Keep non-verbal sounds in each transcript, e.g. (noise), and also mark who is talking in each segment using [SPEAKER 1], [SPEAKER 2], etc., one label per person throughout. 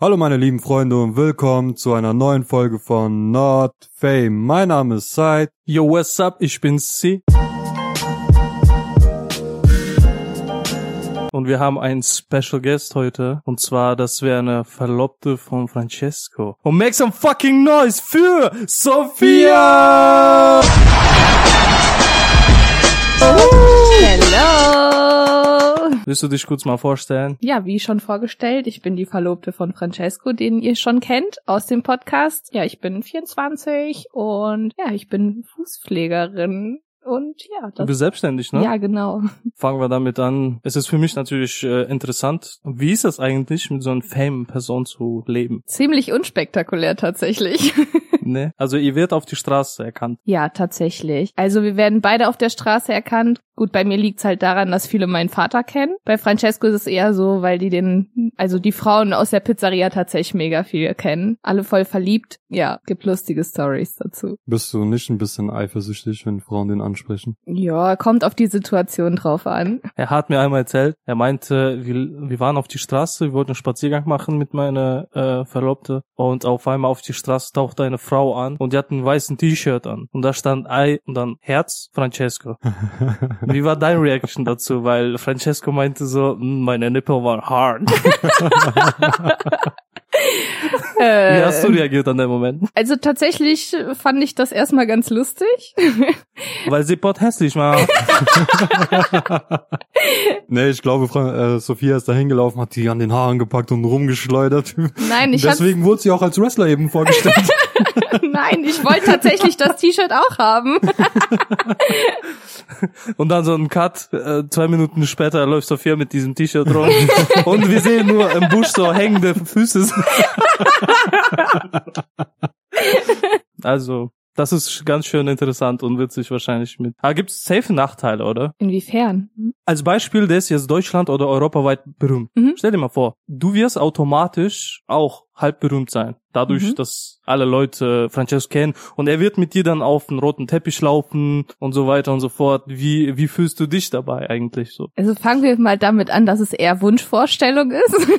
[SPEAKER 1] Hallo meine lieben Freunde und willkommen zu einer neuen Folge von Not Fame. Mein Name ist Said.
[SPEAKER 2] Yo, what's up? Ich bin C. Und wir haben einen Special Guest heute. Und zwar, das wäre eine Verlobte von Francesco. Und make some fucking noise für Sophia!
[SPEAKER 3] Hello!
[SPEAKER 2] Willst du dich kurz mal vorstellen?
[SPEAKER 3] Ja, wie schon vorgestellt, ich bin die Verlobte von Francesco, den ihr schon kennt aus dem Podcast. Ja, ich bin 24 und ja, ich bin Fußpflegerin und ja,
[SPEAKER 2] Du
[SPEAKER 3] das.
[SPEAKER 2] bist selbstständig, ne?
[SPEAKER 3] Ja, genau.
[SPEAKER 2] Fangen wir damit an. Es ist für mich natürlich äh, interessant. Wie ist das eigentlich, mit so einer Fame-Person zu leben? (laughs)
[SPEAKER 3] Ziemlich unspektakulär tatsächlich. (laughs)
[SPEAKER 2] ne? Also ihr wird auf die Straße erkannt.
[SPEAKER 3] ja, tatsächlich. Also wir werden beide auf der Straße erkannt. Gut, bei mir liegt's halt daran, dass viele meinen Vater kennen. Bei Francesco ist es eher so, weil die den, also die Frauen aus der Pizzeria tatsächlich mega viel kennen. Alle voll verliebt. Ja, gibt lustige Stories dazu.
[SPEAKER 1] Bist du nicht ein bisschen eifersüchtig, wenn Frauen den ansprechen?
[SPEAKER 3] Ja, kommt auf die Situation drauf
[SPEAKER 2] (laughs)
[SPEAKER 3] an.
[SPEAKER 2] Er hat mir einmal erzählt, er meinte, wir, wir waren auf die Straße, wir wollten einen Spaziergang machen mit meiner äh, Verlobte und auf einmal auf die Straße tauchte eine Frau an und die hat einen weißen T-Shirt an und da stand Ei und dann Herz Francesco. Wie war deine Reaction dazu? Weil Francesco meinte so, "Mm, meine Nippel waren hart. Wie
[SPEAKER 3] Äh,
[SPEAKER 2] hast du reagiert an dem Moment?
[SPEAKER 3] also tatsächlich fand ich das erstmal ganz lustig.
[SPEAKER 2] Weil sie pot hässlich war.
[SPEAKER 1] Nee, ich glaube, Fra äh, Sophia ist da hingelaufen, hat die an den Haaren gepackt und rumgeschleudert.
[SPEAKER 3] Nein, ich hatte,
[SPEAKER 1] Deswegen wurde sie auch als Wrestler eben vorgestellt.
[SPEAKER 3] (laughs) nein, ich wollte tatsächlich das T-Shirt
[SPEAKER 2] (laughs)
[SPEAKER 3] auch haben.
[SPEAKER 2] Und dann so ein Cut, äh, zwei Minuten später läuft Sophia mit diesem T-Shirt rum und wir sehen nur im Busch so hängende Füße. also, das ist ganz schön interessant und witzig wahrscheinlich mit. Ah, gibt's safe Nachteile, oder?
[SPEAKER 3] Inwiefern?
[SPEAKER 2] Als Beispiel, der ist jetzt Deutschland oder europaweit berühmt.
[SPEAKER 3] Mhm.
[SPEAKER 2] Stell dir mal vor, du wirst automatisch auch halb berühmt sein. Dadurch,
[SPEAKER 3] Mhm.
[SPEAKER 2] dass alle Leute Francesco kennen und er wird mit dir dann auf den roten Teppich laufen und so weiter und so fort. Wie, wie fühlst du dich dabei eigentlich so?
[SPEAKER 3] Also fangen wir mal damit an, dass es eher Wunschvorstellung ist. (laughs)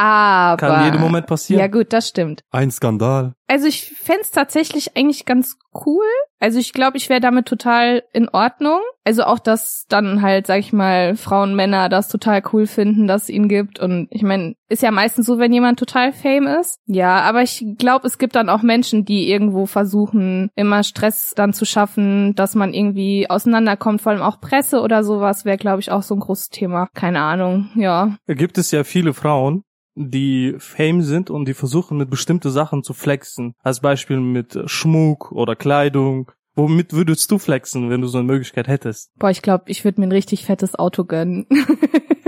[SPEAKER 3] Aber.
[SPEAKER 2] Kann jeden Moment passieren.
[SPEAKER 3] Ja gut, das stimmt.
[SPEAKER 1] Ein Skandal.
[SPEAKER 3] Also ich fänd's tatsächlich eigentlich ganz cool. Also ich glaube, ich wäre damit total in Ordnung. Also auch, dass dann halt, sag ich mal, Frauen, Männer das total cool finden, dass es ihn gibt. Und ich meine, ist ja meistens so, wenn jemand total fame ist. Ja, aber ich glaube, es gibt dann auch Menschen, die irgendwo versuchen, immer Stress dann zu schaffen, dass man irgendwie auseinanderkommt. Vor allem auch Presse oder sowas wäre, glaube ich, auch so ein großes Thema. Keine Ahnung, ja.
[SPEAKER 2] Gibt es ja viele Frauen, die fame sind und die versuchen mit bestimmte Sachen zu flexen. Als Beispiel mit äh, Schmuck oder Kleidung. Womit würdest du flexen, wenn du so eine Möglichkeit hättest?
[SPEAKER 3] Boah, ich glaube, ich würde mir ein richtig fettes Auto gönnen. (laughs)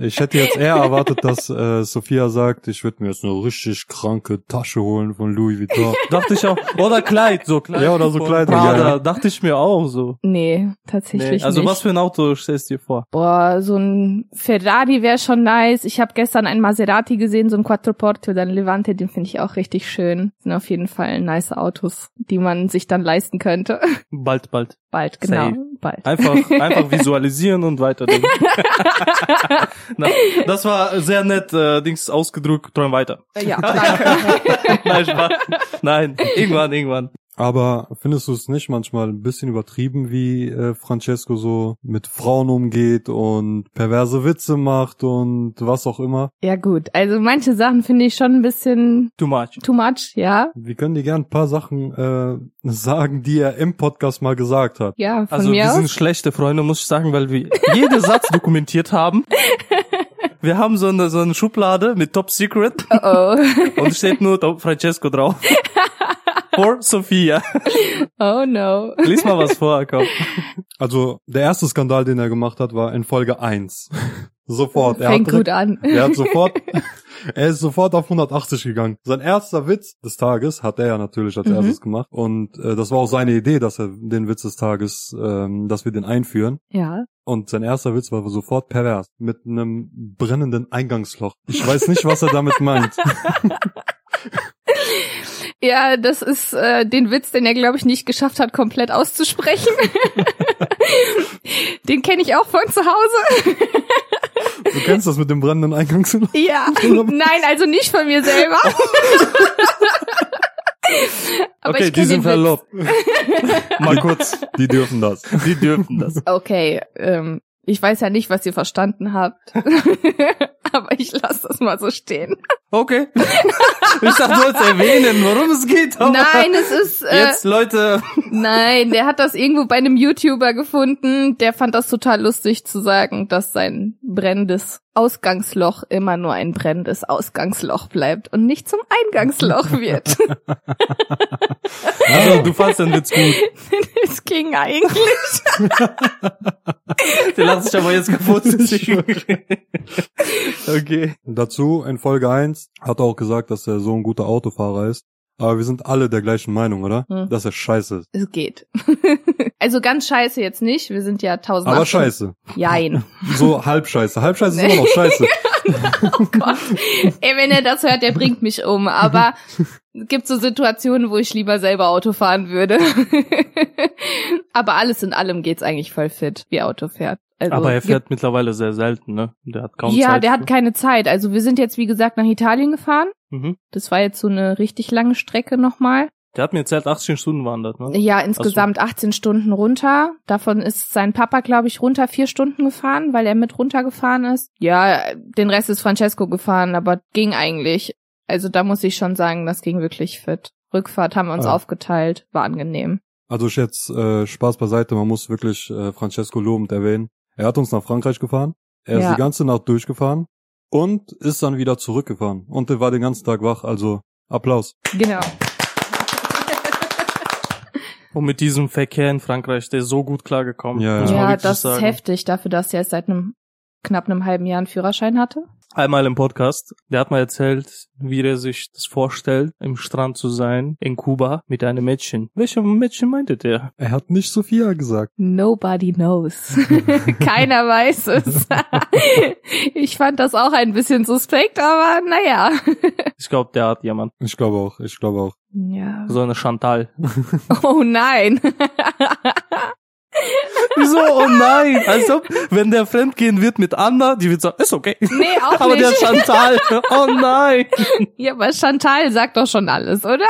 [SPEAKER 1] Ich hätte jetzt eher erwartet, dass äh, Sophia sagt, ich würde mir jetzt eine richtig kranke Tasche holen von Louis Vuitton.
[SPEAKER 2] Dachte ich auch. Oder Kleid, so Kleid.
[SPEAKER 1] Ja, oder so
[SPEAKER 2] von
[SPEAKER 1] Kleid,
[SPEAKER 2] Prada,
[SPEAKER 1] ja.
[SPEAKER 2] dachte ich mir auch so.
[SPEAKER 3] Nee,
[SPEAKER 2] Nee,
[SPEAKER 3] tatsächlich
[SPEAKER 2] also
[SPEAKER 3] nicht.
[SPEAKER 2] was für ein Auto stellst du dir vor?
[SPEAKER 3] Boah, so ein Ferrari wäre schon nice. Ich habe gestern einen Maserati gesehen, so ein Quattroporte, dann Levante, den finde ich auch richtig schön. Sind auf jeden Fall nice Autos, die man sich dann leisten könnte. (laughs)
[SPEAKER 2] Bald, bald.
[SPEAKER 3] Bald, genau,
[SPEAKER 2] Safe.
[SPEAKER 3] bald. (laughs)
[SPEAKER 2] Einfach, einfach visualisieren und weiterdenken. Na, das war sehr nett, äh, Dings ausgedruckt, träum weiter. (laughs)
[SPEAKER 3] Ja, danke.
[SPEAKER 2] Nein, Spaß. Nein, irgendwann, irgendwann.
[SPEAKER 1] Aber findest du es nicht manchmal ein bisschen übertrieben, wie äh, Francesco so mit Frauen umgeht und perverse Witze macht und was auch immer?
[SPEAKER 3] ja gut, also manche Sachen finde ich schon ein bisschen
[SPEAKER 2] Too much.
[SPEAKER 3] too much, ja.
[SPEAKER 1] Wir können dir gern ein paar Sachen äh, (laughs) sagen, die er im Podcast mal gesagt hat.
[SPEAKER 3] Ja, von
[SPEAKER 2] Also
[SPEAKER 3] mir
[SPEAKER 2] wir
[SPEAKER 3] aus.
[SPEAKER 2] sind schlechte Freunde, muss ich sagen, weil wir jeden Satz dokumentiert
[SPEAKER 3] (laughs)
[SPEAKER 2] haben. Wir haben so eine, so eine Schublade mit Top Secret
[SPEAKER 3] Oh, oh.
[SPEAKER 2] und steht nur Top Francesco
[SPEAKER 3] (laughs)
[SPEAKER 2] drauf. For Sophia.
[SPEAKER 3] oh no.
[SPEAKER 2] Lies mal was vor, komm.
[SPEAKER 1] Also der erste Skandal, den er gemacht hat, war in Folge 1. (laughs) sofort. Er
[SPEAKER 3] Fängt
[SPEAKER 2] also
[SPEAKER 1] hat,
[SPEAKER 3] gut
[SPEAKER 1] direkt,
[SPEAKER 3] an.
[SPEAKER 1] er
[SPEAKER 3] (laughs)
[SPEAKER 1] hat sofort, er ist sofort auf 180 gegangen. Sein erster Witz des Tages hat er ja natürlich als
[SPEAKER 3] Mhm.
[SPEAKER 1] erstes gemacht und äh, das war auch seine Idee, dass er den Witz des Tages, ähm, dass wir den einführen.
[SPEAKER 3] Ja.
[SPEAKER 1] Und sein erster Witz war sofort pervers. Mit einem brennenden Eingangsloch. Ich weiß nicht, was er damit meint.
[SPEAKER 3] Ja, das ist äh, den Witz, den er, glaube ich, nicht geschafft hat, komplett auszusprechen. (laughs) den kenne ich auch von zu Hause.
[SPEAKER 1] Du kennst das mit dem brennenden Eingangstor.
[SPEAKER 3] Ja, nein, also nicht von mir selber. Aber
[SPEAKER 2] okay,
[SPEAKER 3] ich
[SPEAKER 2] die
[SPEAKER 3] kenn
[SPEAKER 2] sind
[SPEAKER 3] den Witz.
[SPEAKER 2] verlobt.
[SPEAKER 1] Mal kurz, die dürfen das.
[SPEAKER 2] Die dürfen das.
[SPEAKER 3] Okay, ähm, ich weiß ja nicht, was ihr verstanden habt. (laughs) Aber ich lasse das mal so stehen.
[SPEAKER 2] Okay. Ich dachte, du wolltest erwähnen, worum es geht. aber
[SPEAKER 3] Nein, es ist. Äh,
[SPEAKER 2] Jetzt, Leute.
[SPEAKER 3] Nein, der hat das irgendwo bei einem YouTuber gefunden. Der fand das total lustig zu sagen, dass sein brennendes Ausgangsloch immer nur ein brennendes Ausgangsloch bleibt und nicht zum Eingangsloch wird. (laughs)
[SPEAKER 2] Also, du fandst den Witz gut.
[SPEAKER 3] das ging eigentlich.
[SPEAKER 2] Der lacht sich aber jetzt
[SPEAKER 3] (laughs)
[SPEAKER 2] kaputt. (laughs)
[SPEAKER 3] Also,
[SPEAKER 2] okay.
[SPEAKER 1] Dazu in Folge 1 hat er auch gesagt, dass er so ein guter Autofahrer ist. Aber wir sind alle der gleichen Meinung, oder?
[SPEAKER 3] Hm.
[SPEAKER 1] Dass er scheiße ist.
[SPEAKER 3] Es geht. (laughs) also ganz scheiße jetzt nicht. Wir sind ja 1000.
[SPEAKER 1] Aber scheiße.
[SPEAKER 3] Jein.
[SPEAKER 1] So halb scheiße. Halb scheiße ist immer noch scheiße.
[SPEAKER 3] (laughs) Gott. Ey, wenn er das hört, der bringt mich um. Aber es gibt so Situationen, wo ich lieber selber Auto fahren würde. (laughs) Aber alles in allem geht's eigentlich voll fit, wie er Auto fährt. Also,
[SPEAKER 2] Aber er
[SPEAKER 3] gibt-
[SPEAKER 2] fährt mittlerweile sehr selten, ne? Der hat kaum
[SPEAKER 3] Ja,
[SPEAKER 2] Zeit.
[SPEAKER 3] der
[SPEAKER 2] für-
[SPEAKER 3] hat keine Zeit. Also wir sind jetzt, wie gesagt, nach Italien gefahren.
[SPEAKER 2] Mhm.
[SPEAKER 3] Das war jetzt so eine richtig lange Strecke nochmal.
[SPEAKER 2] Der hat mir erzählt, 18 Stunden wandert, ne?
[SPEAKER 3] Ja, insgesamt 18 Stunden runter. Davon ist sein Papa, glaube ich, runter vier Stunden gefahren, weil er mit runtergefahren ist. Ja, den Rest ist Francesco gefahren, aber ging eigentlich. Also da muss ich schon sagen, das ging wirklich fit. Rückfahrt haben wir uns
[SPEAKER 1] Ah.
[SPEAKER 3] aufgeteilt, war angenehm.
[SPEAKER 1] Also ich jetzt äh, Spaß beiseite, man muss wirklich äh, Francesco lobend erwähnen. Er hat uns nach Frankreich gefahren, er ist
[SPEAKER 3] Ja.
[SPEAKER 1] die ganze Nacht durchgefahren und ist dann wieder zurückgefahren. Und er war den ganzen Tag wach, also Applaus.
[SPEAKER 3] Genau.
[SPEAKER 2] Und mit diesem Verkehr in Frankreich, der ist so gut klargekommen.
[SPEAKER 1] Ja, ja.
[SPEAKER 2] muss man
[SPEAKER 3] Ja,
[SPEAKER 2] wirklich
[SPEAKER 3] das ist
[SPEAKER 2] sagen.
[SPEAKER 3] heftig dafür, dass er jetzt seit einem knapp einem halben Jahr einen Führerschein hatte.
[SPEAKER 2] Einmal im Podcast, der hat mal erzählt, wie er sich das vorstellt, im Strand zu sein, in Kuba, mit einem Mädchen. Welches Mädchen meinte der?
[SPEAKER 3] (laughs)
[SPEAKER 1] Er hat nicht Sophia gesagt.
[SPEAKER 3] Nobody knows. Keiner weiß es. ich fand das auch ein bisschen suspekt, aber naja.
[SPEAKER 2] Ich glaube, der hat jemand.
[SPEAKER 1] Ich glaube auch, ich glaube auch.
[SPEAKER 3] Ja.
[SPEAKER 2] So eine Chantal.
[SPEAKER 3] (laughs)
[SPEAKER 2] (laughs)
[SPEAKER 3] Oh nein.
[SPEAKER 2] Wieso? Oh nein! Als ob, wenn der fremdgehen wird mit Anna, die wird sagen, ist okay.
[SPEAKER 3] Nee, auch
[SPEAKER 2] Aber der
[SPEAKER 3] nicht. (laughs)
[SPEAKER 2] Chantal, oh nein!
[SPEAKER 3] ja, aber Chantal sagt doch schon alles, oder?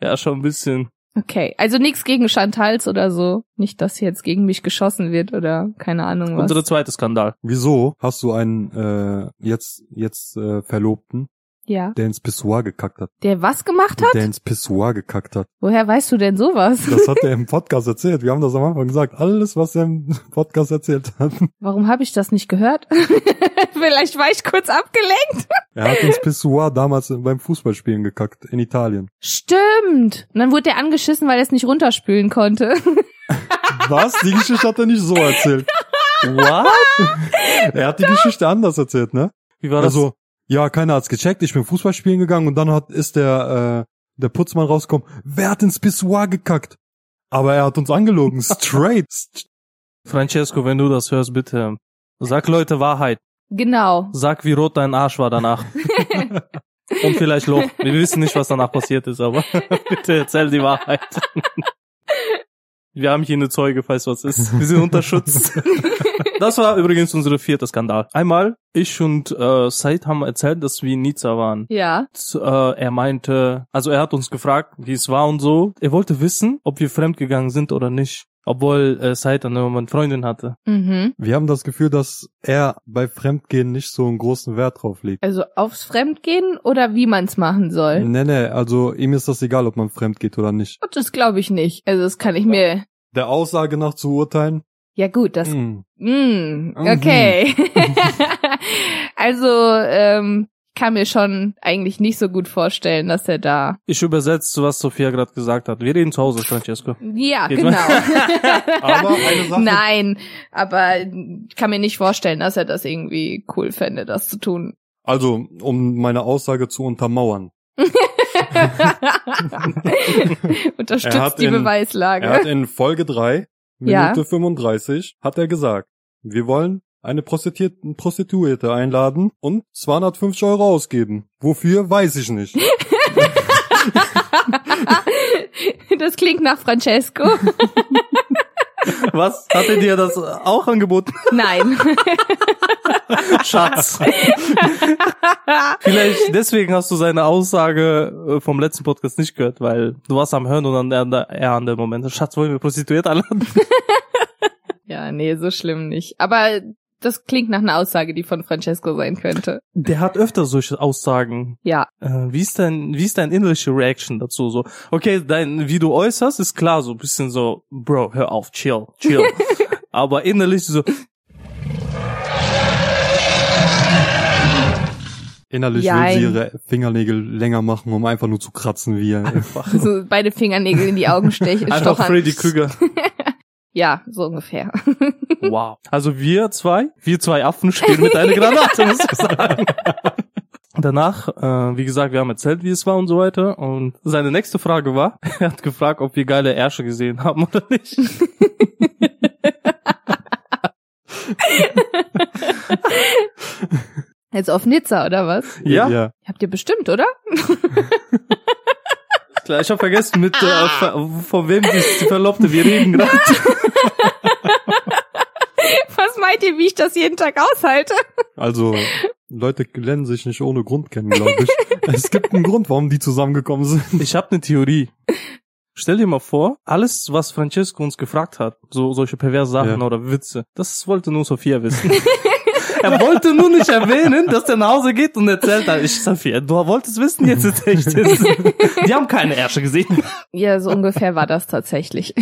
[SPEAKER 2] Ja, schon ein bisschen.
[SPEAKER 3] Okay, also nichts gegen Chantals oder so. Nicht, dass hier jetzt gegen mich geschossen wird oder keine Ahnung was.
[SPEAKER 2] Unsere zweite Skandal.
[SPEAKER 1] Wieso hast du einen äh, jetzt jetzt äh, Verlobten,
[SPEAKER 3] ja.
[SPEAKER 1] der ins Pissoir gekackt hat?
[SPEAKER 3] Der was gemacht hat?
[SPEAKER 1] Der ins Pissoir gekackt hat.
[SPEAKER 3] Woher weißt du denn sowas?
[SPEAKER 1] Das hat er im Podcast erzählt. Wir haben das am Anfang gesagt. Alles, was er im (laughs) Podcast erzählt hat.
[SPEAKER 3] Warum habe ich das nicht gehört? (laughs) Vielleicht war ich kurz abgelenkt.
[SPEAKER 1] Er hat ins Pissoir damals beim Fußballspielen gekackt in Italien.
[SPEAKER 3] Stimmt. Und dann wurde der angeschissen, weil er es nicht runterspülen konnte. (laughs)
[SPEAKER 1] Was? Die Geschichte hat er nicht so erzählt.
[SPEAKER 2] What?
[SPEAKER 1] Er hat die Geschichte anders erzählt, ne?
[SPEAKER 2] Wie war das?
[SPEAKER 1] Also, ja, keiner hat's gecheckt. Ich bin Fußballspielen gegangen und dann hat, ist der, äh, der Putzmann rausgekommen. Wer hat ins Pissoir gekackt? Aber er hat uns
[SPEAKER 3] (laughs)
[SPEAKER 1] angelogen. Straight. St-
[SPEAKER 2] Francesco, wenn du das hörst, bitte. Sag Leute Wahrheit.
[SPEAKER 3] Genau.
[SPEAKER 2] Sag, wie rot dein Arsch war danach. Und vielleicht Loch. Wir wissen nicht, was danach passiert ist, aber bitte erzähl die Wahrheit. Wir haben hier eine Zeuge, falls was ist. Wir sind unter Schutz. Das war übrigens unsere vierte Skandal. Einmal, ich und äh, Said haben erzählt, dass wir in Nizza waren.
[SPEAKER 3] Ja.
[SPEAKER 2] Und, äh, er meinte, also er hat uns gefragt, wie es war und so. Er wollte wissen, ob wir fremdgegangen sind oder nicht. Obwohl äh, Said dann irgendwann Freundin hatte.
[SPEAKER 3] Mhm.
[SPEAKER 1] Wir haben das Gefühl, dass er bei Fremdgehen nicht so einen großen Wert drauf legt.
[SPEAKER 3] Also aufs Fremdgehen oder wie man's machen soll?
[SPEAKER 1] Nee, nee, also ihm ist das egal, ob man fremd geht oder nicht.
[SPEAKER 3] Und Das glaube ich nicht. Also das kann ich mir.
[SPEAKER 1] Der Aussage nach zu urteilen, Hm.
[SPEAKER 3] Ja gut, das.
[SPEAKER 1] mh,
[SPEAKER 3] Mm,
[SPEAKER 1] Mhm.
[SPEAKER 3] okay. (laughs) also ähm, kann mir schon eigentlich nicht so gut vorstellen, dass er da.
[SPEAKER 2] Ich übersetze, was Sophia gerade gesagt hat. Wir reden zu Hause, Francesco.
[SPEAKER 3] Ja,
[SPEAKER 2] Geht
[SPEAKER 3] genau.
[SPEAKER 1] (laughs) Aber eine Sache-
[SPEAKER 3] (laughs) Nein, aber ich kann mir nicht vorstellen, dass er das irgendwie cool fände, das zu tun.
[SPEAKER 1] Also, um meine Aussage zu untermauern. Er
[SPEAKER 3] Unterstützt
[SPEAKER 1] hat
[SPEAKER 3] die
[SPEAKER 1] in-
[SPEAKER 3] Beweislage.
[SPEAKER 1] Er hat in Folge 3,
[SPEAKER 3] Ja.
[SPEAKER 1] Minute 35, hat er gesagt, wir wollen eine Prostituierte, Prostituierte
[SPEAKER 3] (laughs)
[SPEAKER 1] einladen und 250 Euro ausgeben. Wofür, weiß ich nicht.
[SPEAKER 3] (laughs) das klingt nach Francesco.
[SPEAKER 2] Was? Hat er dir das auch angeboten?
[SPEAKER 3] Nein.
[SPEAKER 2] (laughs) Schatz. Vielleicht deswegen hast du seine Aussage äh, vom letzten Podcast nicht gehört, weil du warst am Hören und dann an der, er an dem Moment. Schatz, wollen wir Prostituierte anladen?
[SPEAKER 3] (laughs) Ja, nee, so schlimm nicht. Aber das klingt nach einer Aussage, die von Francesco sein könnte.
[SPEAKER 2] Der hat öfter solche Aussagen.
[SPEAKER 3] Ja.
[SPEAKER 2] Äh, wie ist dein, wie ist dein innerliche Reaction dazu? So, okay, dein, wie du äußerst, ist klar, so ein bisschen so, Bro, hör auf, chill, chill. (laughs) Aber innerlich so,
[SPEAKER 1] Innerlich
[SPEAKER 3] Jein.
[SPEAKER 1] will sie ihre Fingernägel länger machen, um einfach nur zu kratzen wie
[SPEAKER 3] (laughs)
[SPEAKER 1] einfach.
[SPEAKER 3] So Also beide Fingernägel in die Augen stechen.
[SPEAKER 2] einfach Freddy Krüger.
[SPEAKER 3] Ja, so ungefähr.
[SPEAKER 2] Wow. (laughs) Also wir zwei, wir zwei Affen spielen mit einer Granate, muss ich (laughs) sagen. Danach, äh, wie gesagt, wir haben erzählt, wie es war und so weiter. Und seine nächste Frage war, (laughs) er hat gefragt, ob wir geile Ärsche gesehen haben oder nicht.
[SPEAKER 3] Jetzt auf Nizza oder was?
[SPEAKER 2] Ja,
[SPEAKER 1] ja.
[SPEAKER 3] Habt ihr bestimmt, oder?
[SPEAKER 2] klar. Ich habe vergessen, mit äh, ver- von wem die, die Verlobte, wir reden gerade.
[SPEAKER 3] Was meint ihr, wie ich das jeden Tag aushalte?
[SPEAKER 1] Also, Leute lernen sich nicht ohne Grund kennen, glaube
[SPEAKER 3] (laughs)
[SPEAKER 1] ich. es gibt einen Grund, warum die zusammengekommen sind.
[SPEAKER 2] Ich habe eine Theorie. Stell dir mal vor, alles, was Francesco uns gefragt hat, so solche perverse Sachen
[SPEAKER 1] Ja.
[SPEAKER 2] oder Witze, das wollte nur Sophia wissen. (laughs) er wollte nur nicht erwähnen, dass er nach Hause geht und erzählt hat, ich, Sophia, du wolltest wissen, jetzt
[SPEAKER 1] (laughs)
[SPEAKER 2] ist echt. Die haben keine Ärsche gesehen.
[SPEAKER 3] Ja, so ungefähr war das tatsächlich.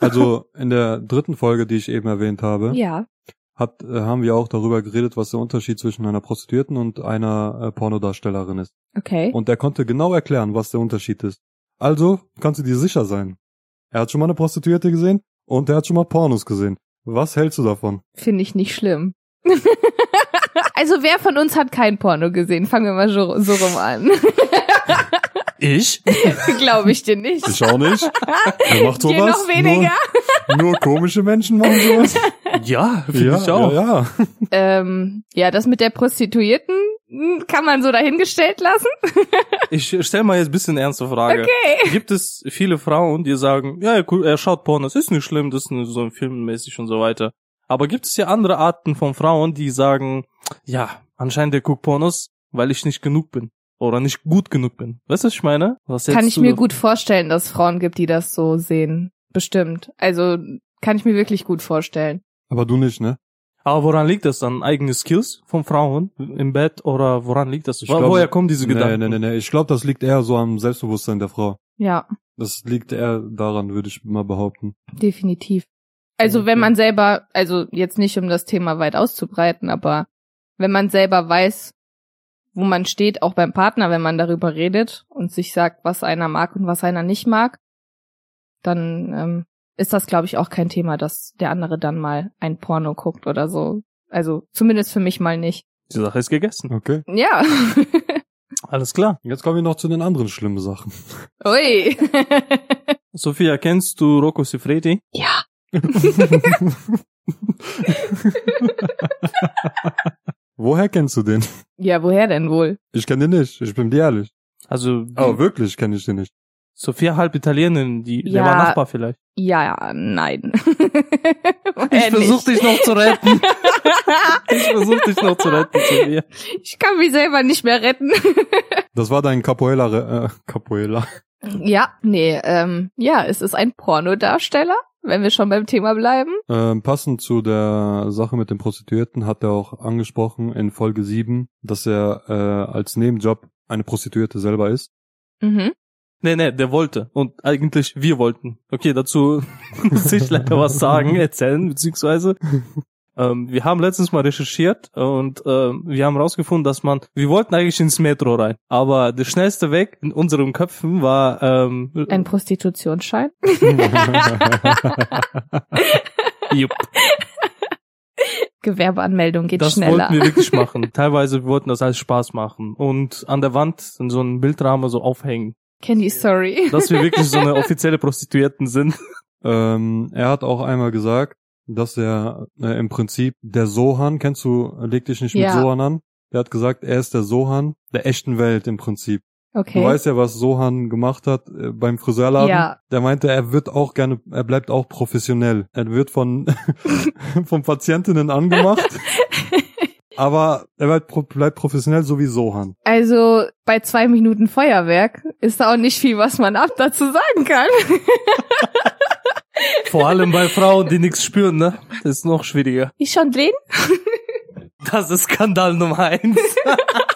[SPEAKER 1] Also, in der dritten Folge, die ich eben erwähnt habe,
[SPEAKER 3] Ja.
[SPEAKER 1] hat, äh, haben wir auch darüber geredet, was der Unterschied zwischen einer Prostituierten und einer äh, Pornodarstellerin ist.
[SPEAKER 3] Okay.
[SPEAKER 1] Und er konnte genau erklären, was der Unterschied ist. Also, kannst du dir sicher sein. Er hat schon mal eine Prostituierte gesehen und er hat schon mal Pornos gesehen. Was hältst du davon?
[SPEAKER 3] Finde ich nicht schlimm. (laughs) Also wer von uns hat kein Porno gesehen? Fangen wir mal so, so rum an. (laughs)
[SPEAKER 2] Ich?
[SPEAKER 3] Glaube ich dir nicht.
[SPEAKER 1] Ich auch nicht. Er macht
[SPEAKER 3] Dir
[SPEAKER 1] sowas.
[SPEAKER 3] noch weniger?
[SPEAKER 1] Nur, nur komische Menschen machen sowas.
[SPEAKER 2] Ja, finde ich auch.
[SPEAKER 1] Ja, ja.
[SPEAKER 3] Ähm, ja, das mit der Prostituierten hm, kann man so dahingestellt lassen.
[SPEAKER 2] Ich stell mal jetzt ein bisschen ernste Frage.
[SPEAKER 3] Okay. (laughs)
[SPEAKER 2] Gibt es viele Frauen, die sagen, ja, ja, cool, er schaut Pornos, ist nicht schlimm, das ist nur so filmmäßig und so weiter. Aber gibt es ja andere Arten von Frauen, die sagen, ja, anscheinend der guckt Pornos, weil ich nicht genug bin oder nicht gut genug bin. Weißt du, was ich meine? Was
[SPEAKER 3] Kann
[SPEAKER 2] hältst
[SPEAKER 3] ich
[SPEAKER 2] du
[SPEAKER 3] mir
[SPEAKER 2] davon?
[SPEAKER 3] gut vorstellen, dass es Frauen gibt, die das so sehen. Bestimmt. Also kann ich mir wirklich gut vorstellen.
[SPEAKER 1] Aber du nicht, ne?
[SPEAKER 2] Aber woran liegt das dann? Eigene Skills von Frauen im Bett oder woran liegt das?
[SPEAKER 1] Ich
[SPEAKER 2] Wo-
[SPEAKER 1] glaube-
[SPEAKER 2] Woher kommen diese
[SPEAKER 1] Nee,
[SPEAKER 2] Gedanken?
[SPEAKER 1] nee, nee, nee. Ich glaube, das liegt eher so am Selbstbewusstsein der Frau.
[SPEAKER 3] Ja,
[SPEAKER 1] Das liegt eher daran, würde ich mal behaupten.
[SPEAKER 3] definitiv. Also wenn man selber, also jetzt nicht um das Thema weit auszubreiten, aber wenn man selber weiß, wo man steht, auch beim Partner, wenn man darüber redet und sich sagt, was einer mag und was einer nicht mag, dann ähm, ist das, glaube ich, auch kein Thema, dass der andere dann mal ein Porno guckt oder so. Also zumindest für mich mal nicht.
[SPEAKER 2] Die Sache ist gegessen.
[SPEAKER 1] Okay.
[SPEAKER 3] Ja. (laughs)
[SPEAKER 2] Alles klar.
[SPEAKER 1] Jetzt kommen wir noch zu den anderen schlimmen Sachen.
[SPEAKER 2] (laughs)
[SPEAKER 3] Ui.
[SPEAKER 2] Sophia, kennst du Rocco Siffredi?
[SPEAKER 3] ja.
[SPEAKER 1] Woher kennst du den?
[SPEAKER 3] (laughs) Ja, woher denn wohl?
[SPEAKER 1] Ich kenne den nicht. Ich bin dir ehrlich.
[SPEAKER 2] Also
[SPEAKER 1] Oh, wirklich kenne ich den nicht.
[SPEAKER 2] Sophia halb Italienerin, die der
[SPEAKER 3] Ja.
[SPEAKER 2] war Nachbar vielleicht.
[SPEAKER 3] Ja, nein. (laughs)
[SPEAKER 2] Ich
[SPEAKER 3] Woher
[SPEAKER 2] versuch
[SPEAKER 3] Äh, nicht?
[SPEAKER 2] dich noch zu retten. Ich versuch dich noch zu retten, Sophia.
[SPEAKER 3] (laughs) Ich kann mich selber nicht
[SPEAKER 2] (laughs)
[SPEAKER 3] mehr retten.
[SPEAKER 1] Das war dein Capoeira, äh, Capoeira.
[SPEAKER 3] Ja, nee, ähm, ja, es ist ein Pornodarsteller, wenn wir schon beim Thema bleiben.
[SPEAKER 1] Ähm, passend zu der Sache mit den Prostituierten hat er auch angesprochen in Folge 7, dass er äh, als Nebenjob eine Prostituierte selber ist. (laughs)
[SPEAKER 3] Mhm.
[SPEAKER 2] Nee, nee, der wollte. Und eigentlich wir wollten. Okay, dazu (laughs) muss ich leider was sagen, erzählen, beziehungsweise. Ähm, wir haben letztens mal recherchiert und ähm, wir haben rausgefunden, dass man, wir wollten eigentlich ins Metro rein, aber der schnellste Weg in unseren Köpfen war ähm,
[SPEAKER 3] Ein Prostitutionsschein.
[SPEAKER 2] (laughs) jupp.
[SPEAKER 3] Gewerbeanmeldung geht
[SPEAKER 2] das
[SPEAKER 3] schneller.
[SPEAKER 2] wollten wir
[SPEAKER 3] (laughs)
[SPEAKER 2] wirklich machen. Teilweise wir wollten das als Spaß machen und an der Wand in so einen Bildrahmen so aufhängen,
[SPEAKER 3] Candy, sorry.
[SPEAKER 2] dass wir wirklich so eine offizielle Prostituierten sind.
[SPEAKER 1] Ähm, er hat auch einmal gesagt, dass er äh, im Prinzip der Sohan, kennst du, äh, leg dich nicht
[SPEAKER 3] Ja.
[SPEAKER 1] mit Sohan an. Er hat gesagt, er ist der Sohan der echten Welt im Prinzip.
[SPEAKER 3] Okay.
[SPEAKER 1] Du weißt ja, was Sohan gemacht hat äh, beim Friseurladen.
[SPEAKER 3] Ja.
[SPEAKER 1] Der meinte, er wird auch gerne, er bleibt auch professionell. Er wird von, (laughs) von Patientinnen angemacht.
[SPEAKER 3] (laughs)
[SPEAKER 1] aber er bleibt, pro- bleibt professionell, so wie Sohan.
[SPEAKER 3] Also bei zwei Minuten Feuerwerk ist da auch nicht viel, was man ab dazu sagen kann.
[SPEAKER 2] Vor allem bei Frauen, die nichts spüren, ne? Das ist noch schwieriger.
[SPEAKER 3] Ich schon drehen?
[SPEAKER 2] Das ist Skandal Nummer eins.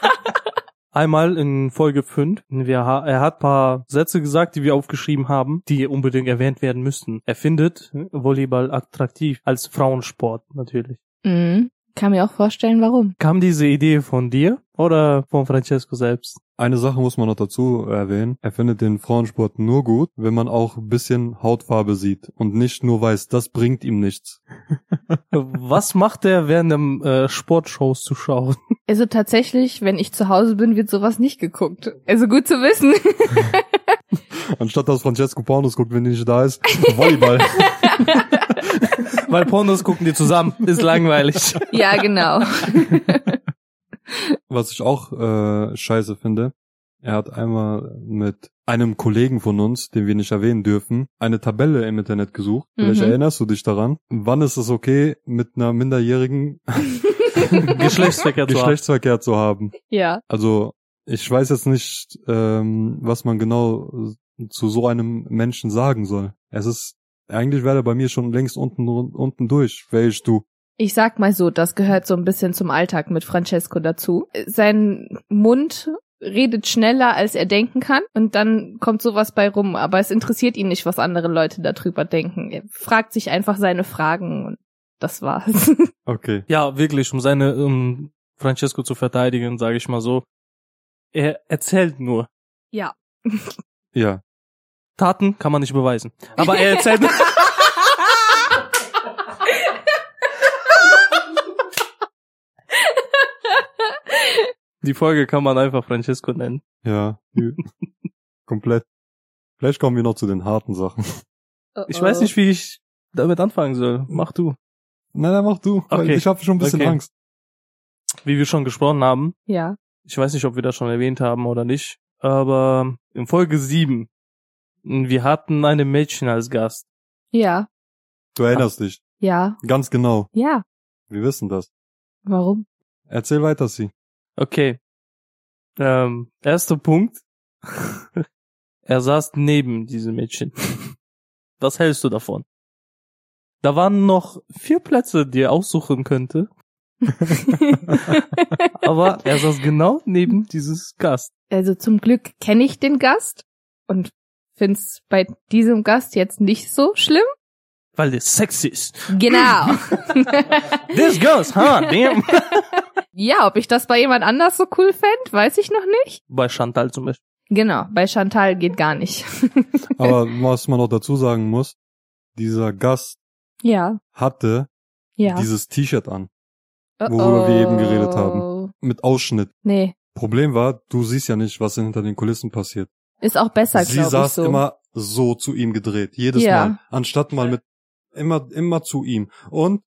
[SPEAKER 2] (laughs) Einmal in Folge 5, wir, ha- er hat paar Sätze gesagt, die wir aufgeschrieben haben, die unbedingt erwähnt werden müssten. Er findet Volleyball attraktiv als Frauensport natürlich.
[SPEAKER 3] Mhm. Kann mir auch vorstellen, warum.
[SPEAKER 2] Kam diese Idee von dir oder von Francesco selbst?
[SPEAKER 1] Eine Sache muss man noch dazu erwähnen. Er findet den Frauensport nur gut, wenn man auch ein bisschen Hautfarbe sieht und nicht nur weiß, das bringt ihm nichts.
[SPEAKER 2] Was macht er während dem äh, Sportshows zu schauen?
[SPEAKER 3] Also tatsächlich, wenn ich zu Hause bin, wird sowas nicht geguckt. Also gut zu wissen.
[SPEAKER 1] Anstatt dass Francesco Pornos guckt, wenn die nicht da
[SPEAKER 3] (laughs)
[SPEAKER 1] ist, Volleyball.
[SPEAKER 2] Weil Pornos gucken die zusammen, ist langweilig.
[SPEAKER 3] (laughs)
[SPEAKER 2] (laughs)
[SPEAKER 3] ja, genau.
[SPEAKER 1] Was ich auch äh, scheiße finde, er hat einmal mit einem Kollegen von uns, den wir nicht erwähnen dürfen, eine Tabelle im Internet gesucht. Vielleicht
[SPEAKER 3] Mhm.
[SPEAKER 1] erinnerst du dich daran. Wann ist es okay, mit einer Minderjährigen
[SPEAKER 2] Geschlechtsverkehr zu haben.
[SPEAKER 1] Geschlechtsverkehr zu haben?
[SPEAKER 3] (laughs) Ja.
[SPEAKER 1] Also ich weiß jetzt nicht, ähm, was man genau äh, zu so einem Menschen sagen soll. Es ist, eigentlich wäre er bei mir schon längst unten run- unten durch, wäre ich du.
[SPEAKER 3] Ich sag mal so, das gehört so ein bisschen zum Alltag mit Francesco dazu. Sein Mund redet schneller, als er denken kann und dann kommt sowas bei rum, aber es interessiert ihn nicht, was andere Leute darüber denken. Er fragt sich einfach seine Fragen und das war's.
[SPEAKER 1] Okay.
[SPEAKER 2] Ja, wirklich, um seine um Francesco zu verteidigen, sage ich mal so. Er erzählt nur.
[SPEAKER 3] ja.
[SPEAKER 1] Ja.
[SPEAKER 2] Taten kann man nicht beweisen. Aber er erzählt nur. Die Folge kann man einfach Francesco nennen.
[SPEAKER 1] Ja. Komplett. Vielleicht kommen wir noch zu den harten Sachen.
[SPEAKER 2] Ich
[SPEAKER 3] Äh.
[SPEAKER 2] weiß nicht, wie ich damit anfangen soll. Mach du.
[SPEAKER 1] Nein, dann mach du. Weil
[SPEAKER 2] Okay.
[SPEAKER 1] Ich habe schon ein bisschen
[SPEAKER 2] Okay.
[SPEAKER 1] Angst.
[SPEAKER 2] Wie wir schon gesprochen haben,
[SPEAKER 3] Ja.
[SPEAKER 2] ich weiß nicht, ob wir das schon erwähnt haben oder nicht, aber in Folge 7, wir hatten eine Mädchen als Gast.
[SPEAKER 3] Ja.
[SPEAKER 1] Du erinnerst dich.
[SPEAKER 3] Ja.
[SPEAKER 1] Ganz genau.
[SPEAKER 3] Ja.
[SPEAKER 1] Wir wissen das.
[SPEAKER 3] Warum?
[SPEAKER 2] (laughs)
[SPEAKER 3] (laughs)
[SPEAKER 1] Erzähl weiter, sie.
[SPEAKER 2] Okay. Ähm, erster Punkt. (laughs) er saß neben diesem (laughs) Mädchen. Was hältst du davon? Da waren noch vier Plätze, die er aussuchen könnte, (laughs) aber er saß genau neben dieses Gast.
[SPEAKER 3] also zum Glück kenne ich den Gast und find's bei diesem Gast jetzt nicht so schlimm.
[SPEAKER 2] Weil der sexy (laughs) ist.
[SPEAKER 3] Genau.
[SPEAKER 2] This goes, huh? Damn.
[SPEAKER 3] (laughs) ja, ob ich das bei jemand anders so cool fänd, weiß ich noch nicht.
[SPEAKER 2] Bei Chantal zum Beispiel.
[SPEAKER 3] Genau, bei Chantal geht gar nicht. (laughs)
[SPEAKER 1] Aber was man noch dazu sagen muss, dieser Gast
[SPEAKER 3] ja,
[SPEAKER 1] hatte
[SPEAKER 3] ja.
[SPEAKER 1] dieses T-Shirt an.
[SPEAKER 3] Oh,
[SPEAKER 1] worüber wir eben geredet
[SPEAKER 3] oh.
[SPEAKER 1] haben. Mit Ausschnitt.
[SPEAKER 3] Nee,
[SPEAKER 1] Problem war, du siehst ja nicht, was hinter den Kulissen passiert.
[SPEAKER 3] ist auch besser,
[SPEAKER 1] sie
[SPEAKER 3] glaube ich
[SPEAKER 1] saß
[SPEAKER 3] so.
[SPEAKER 1] immer so zu ihm gedreht. Jedes
[SPEAKER 3] Ja.
[SPEAKER 1] Mal. Anstatt mal mit, immer, immer zu ihm. Und,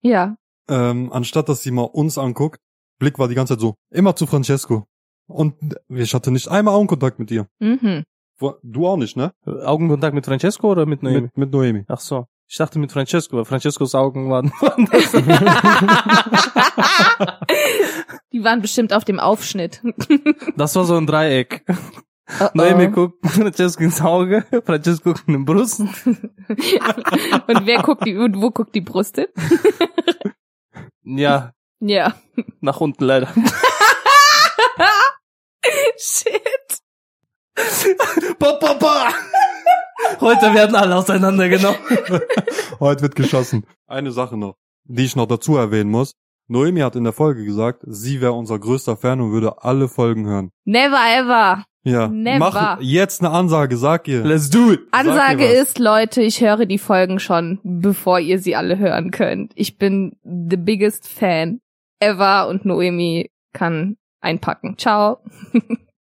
[SPEAKER 3] ja,
[SPEAKER 1] ähm, anstatt dass sie mal uns anguckt, Blick war die ganze Zeit so, immer zu Francesco. Und ich hatte nicht einmal Augenkontakt mit ihr.
[SPEAKER 3] mhm.
[SPEAKER 1] Wo- Du auch nicht, ne?
[SPEAKER 2] Augenkontakt mit Francesco oder mit Noemi?
[SPEAKER 1] Mit, mit Noemi.
[SPEAKER 2] Ach so. Ich dachte mit Francesco, weil Francescos Augen waren. (laughs)
[SPEAKER 3] Die waren bestimmt auf dem Aufschnitt. (laughs) oh,
[SPEAKER 2] Das war so ein Dreieck.
[SPEAKER 3] oh.
[SPEAKER 2] Noemi guckt (laughs) Francesco ins Auge, Francesco guckt in die Brust.
[SPEAKER 3] (laughs) Und wer guckt die, und wo guckt die Brust hin?
[SPEAKER 2] Ja,
[SPEAKER 3] Ja. (laughs)
[SPEAKER 2] nach unten leider.
[SPEAKER 3] Shit.
[SPEAKER 2] (laughs) Ba, ba, ba. Heute werden alle auseinandergenommen.
[SPEAKER 1] Heute wird geschossen. (laughs) Eine Sache noch, die ich noch dazu erwähnen muss. Noemi hat in der Folge gesagt, sie wäre unser größter Fan und würde alle Folgen hören.
[SPEAKER 3] Never ever.
[SPEAKER 1] Ja,
[SPEAKER 3] Never.
[SPEAKER 1] mach jetzt eine Ansage, sag ihr.
[SPEAKER 2] Let's do it.
[SPEAKER 1] Sag ihr
[SPEAKER 3] Ansage
[SPEAKER 1] was.
[SPEAKER 3] ist, Leute, ich höre die Folgen schon, bevor ihr sie alle hören könnt. Ich bin the biggest fan ever und Noemi kann einpacken. Ciao. (laughs)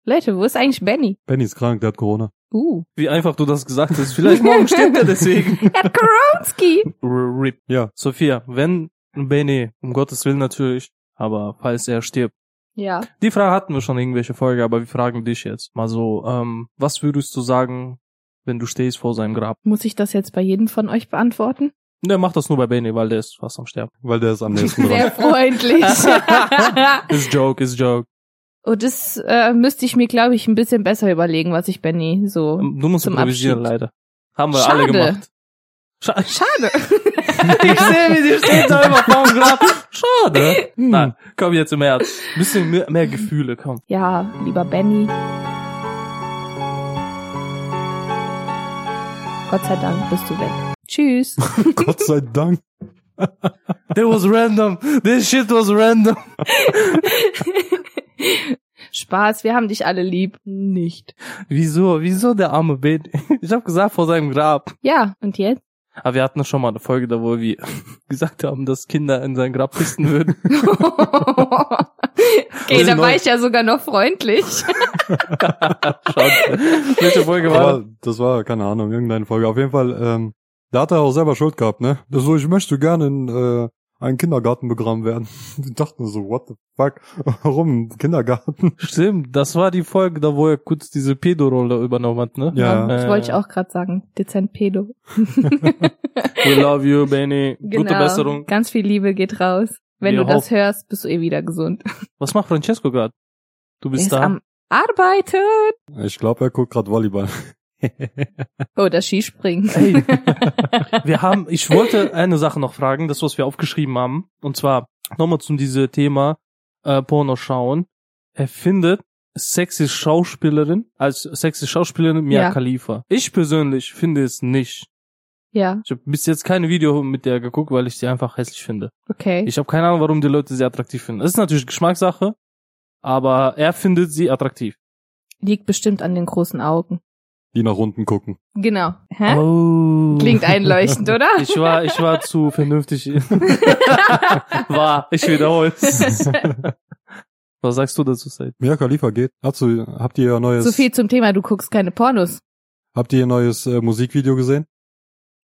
[SPEAKER 3] Leute, wo ist eigentlich Benny?
[SPEAKER 1] Benny ist krank, der hat Corona.
[SPEAKER 3] Uh.
[SPEAKER 2] Wie einfach du das gesagt hast. Vielleicht morgen stirbt er deswegen.
[SPEAKER 3] Er hat (laughs) Koronski.
[SPEAKER 2] (laughs) R- Rip.
[SPEAKER 1] Ja.
[SPEAKER 2] Sophia, wenn Benny, um Gottes Willen natürlich, aber falls er stirbt,
[SPEAKER 3] Ja.
[SPEAKER 2] Die Frage hatten wir schon irgendwelche Folge, aber wir fragen dich jetzt mal so, ähm, was würdest du sagen, wenn du stehst vor seinem Grab?
[SPEAKER 3] Muss ich das jetzt bei jedem von euch beantworten?
[SPEAKER 2] Der macht das nur bei Benny, weil der ist fast am Sterben.
[SPEAKER 1] Weil der ist am nächsten dran.
[SPEAKER 3] (laughs) Sehr freundlich.
[SPEAKER 2] Ist Joke, ist Joke.
[SPEAKER 3] Und das äh, müsste ich mir, glaube ich, ein bisschen besser überlegen, was ich Benny so.
[SPEAKER 2] Du musst
[SPEAKER 3] Zum
[SPEAKER 2] improvisieren,
[SPEAKER 3] Abschied.
[SPEAKER 2] leider. Haben wir
[SPEAKER 3] Schade.
[SPEAKER 2] alle gemacht. Schade. (laughs)
[SPEAKER 3] Schade.
[SPEAKER 2] Ich sehe, wie sie steht da immer vorm Hm. Grab. Schade. Nein, komm jetzt im Ernst. Bisschen mehr, mehr Gefühle, komm.
[SPEAKER 3] Ja, lieber Benny. Gott sei Dank bist du weg. Tschüss.
[SPEAKER 2] (laughs)
[SPEAKER 1] Gott sei Dank.
[SPEAKER 2] That was random. This shit was random.
[SPEAKER 3] Spaß, wir haben dich alle lieb. Nicht.
[SPEAKER 2] Wieso? Wieso der arme Benny? Ich hab gesagt, vor seinem Grab.
[SPEAKER 3] Ja,
[SPEAKER 2] (laughs)
[SPEAKER 3] und jetzt?
[SPEAKER 2] Aber wir hatten schon mal eine Folge da, wo wir (laughs) gesagt haben, dass Kinder in sein Grab pissen würden. (laughs)
[SPEAKER 3] okay,
[SPEAKER 2] ist
[SPEAKER 3] da
[SPEAKER 2] neu?
[SPEAKER 3] war ich ja sogar noch freundlich.
[SPEAKER 2] Schaut, welche Folge war das?
[SPEAKER 1] Aber das war, keine Ahnung, irgendeine Folge. Auf jeden Fall, ähm, da hat er auch selber Schuld gehabt, ne? Das so, ich möchte gerne in äh, einen Kindergarten begraben werden. (laughs) Die dachten so, what the fuck? (laughs) Warum? Kindergarten?
[SPEAKER 2] Stimmt, das war die Folge da, wo er kurz diese Pedo-Rolle übernommen hat, ne?
[SPEAKER 1] Ja.
[SPEAKER 3] Das
[SPEAKER 2] Äh.
[SPEAKER 3] wollte ich auch gerade sagen. Dezent Pedo.
[SPEAKER 2] We love you, Benny. Gute Besserung.
[SPEAKER 3] Genau. Ganz viel Liebe geht raus. Wenn
[SPEAKER 2] Wir
[SPEAKER 3] du das hörst, bist du eh wieder gesund.
[SPEAKER 2] Was macht Francesco gerade? Du
[SPEAKER 3] Er
[SPEAKER 2] bist
[SPEAKER 3] ist
[SPEAKER 2] da.
[SPEAKER 3] am Arbeiten.
[SPEAKER 1] Ich glaube, er guckt gerade Volleyball.
[SPEAKER 3] Oh, das Skispringen. (laughs)
[SPEAKER 2] Ey, wir haben, ich wollte eine Sache noch fragen, das, was wir aufgeschrieben haben. Und zwar nochmal zum diesem Thema äh, Porno schauen. Er findet sexy Schauspielerin als sexy Schauspielerin Mia
[SPEAKER 3] Ja.
[SPEAKER 2] Khalifa. Ich persönlich finde es nicht.
[SPEAKER 3] ja,
[SPEAKER 2] Ich habe bis jetzt keine Video mit der geguckt, weil ich sie einfach hässlich finde.
[SPEAKER 3] okay.
[SPEAKER 2] Ich habe keine Ahnung, warum die Leute sie attraktiv finden. Das ist natürlich Geschmackssache, aber er findet sie attraktiv.
[SPEAKER 3] Liegt bestimmt an den großen Augen.
[SPEAKER 1] Die nach unten gucken.
[SPEAKER 3] Genau. Hä?
[SPEAKER 2] Oh.
[SPEAKER 3] Klingt einleuchtend, oder?
[SPEAKER 2] (laughs) Ich war, ich war zu vernünftig. (laughs) war, ich wiederhole. (laughs) Was sagst du dazu, Said?
[SPEAKER 1] Mia Khalifa geht. Hast du, habt ihr ihr neues,
[SPEAKER 3] so viel zum Thema, du guckst keine Pornos.
[SPEAKER 1] habt ihr ihr neues äh, Musikvideo gesehen?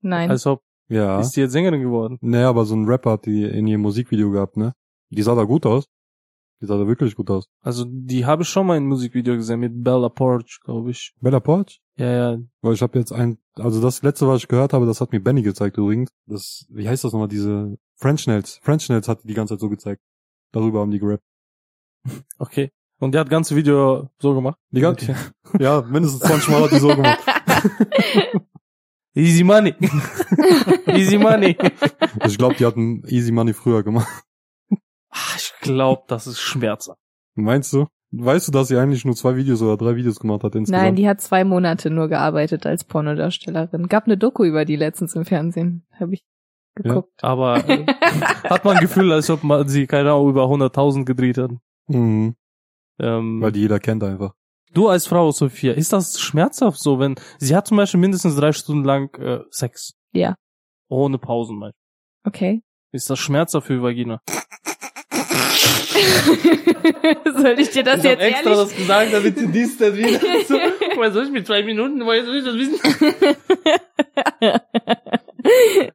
[SPEAKER 3] Nein. (laughs)
[SPEAKER 2] Als ob
[SPEAKER 1] Ja.
[SPEAKER 2] Also, ist sie jetzt Sängerin geworden.
[SPEAKER 1] Naja, aber so ein Rapper hat die in ihrem Musikvideo gehabt, ne? Die sah da gut aus. Die sah da wirklich gut aus.
[SPEAKER 2] Also die habe ich schon mal in einem Musikvideo gesehen mit Bella Porch, glaube ich.
[SPEAKER 1] Bella Porch?
[SPEAKER 2] Ja, ja.
[SPEAKER 1] Weil ich habe jetzt ein, also das letzte, was ich gehört habe, das hat mir Benny gezeigt übrigens. Das, wie heißt das nochmal, diese French Nails. French Nails hat die die ganze Zeit so gezeigt. Darüber haben die gerappt.
[SPEAKER 2] Okay. Und der hat ganze Video so gemacht.
[SPEAKER 1] Die ganze, (laughs) ja, mindestens 20 Mal hat die so gemacht.
[SPEAKER 2] Easy (laughs) Money. Easy Money.
[SPEAKER 1] Ich glaube, die hatten Easy Money früher gemacht.
[SPEAKER 2] Ach, ich glaube, das ist schmerzhaft.
[SPEAKER 1] Meinst du? Weißt du, dass sie eigentlich nur zwei Videos oder drei Videos gemacht hat insgesamt?
[SPEAKER 3] Nein, die hat zwei Monate nur gearbeitet als Pornodarstellerin. Gab eine Doku über die letztens im Fernsehen. Habe ich geguckt.
[SPEAKER 2] Aber äh, hat man ein Gefühl, als ob man sie, keine Ahnung, über 100.000 gedreht hat.
[SPEAKER 1] Mhm,
[SPEAKER 2] Ähm,
[SPEAKER 1] weil die jeder kennt einfach.
[SPEAKER 2] Du als Frau, Sophia, ist das schmerzhaft so, wenn sie hat zum Beispiel mindestens drei Stunden lang äh, Sex?
[SPEAKER 3] Ja.
[SPEAKER 2] Ohne Pausen, mein.
[SPEAKER 3] Okay. (laughs)
[SPEAKER 2] Ist das schmerzhaft für Vagina?
[SPEAKER 3] Soll ich dir das jetzt ehrlich?
[SPEAKER 2] gesagt, damit sie dies dann wieder
[SPEAKER 3] (laughs)
[SPEAKER 2] so. Woher soll ich mit zwei Minuten, woher soll ich das wissen?
[SPEAKER 3] (laughs)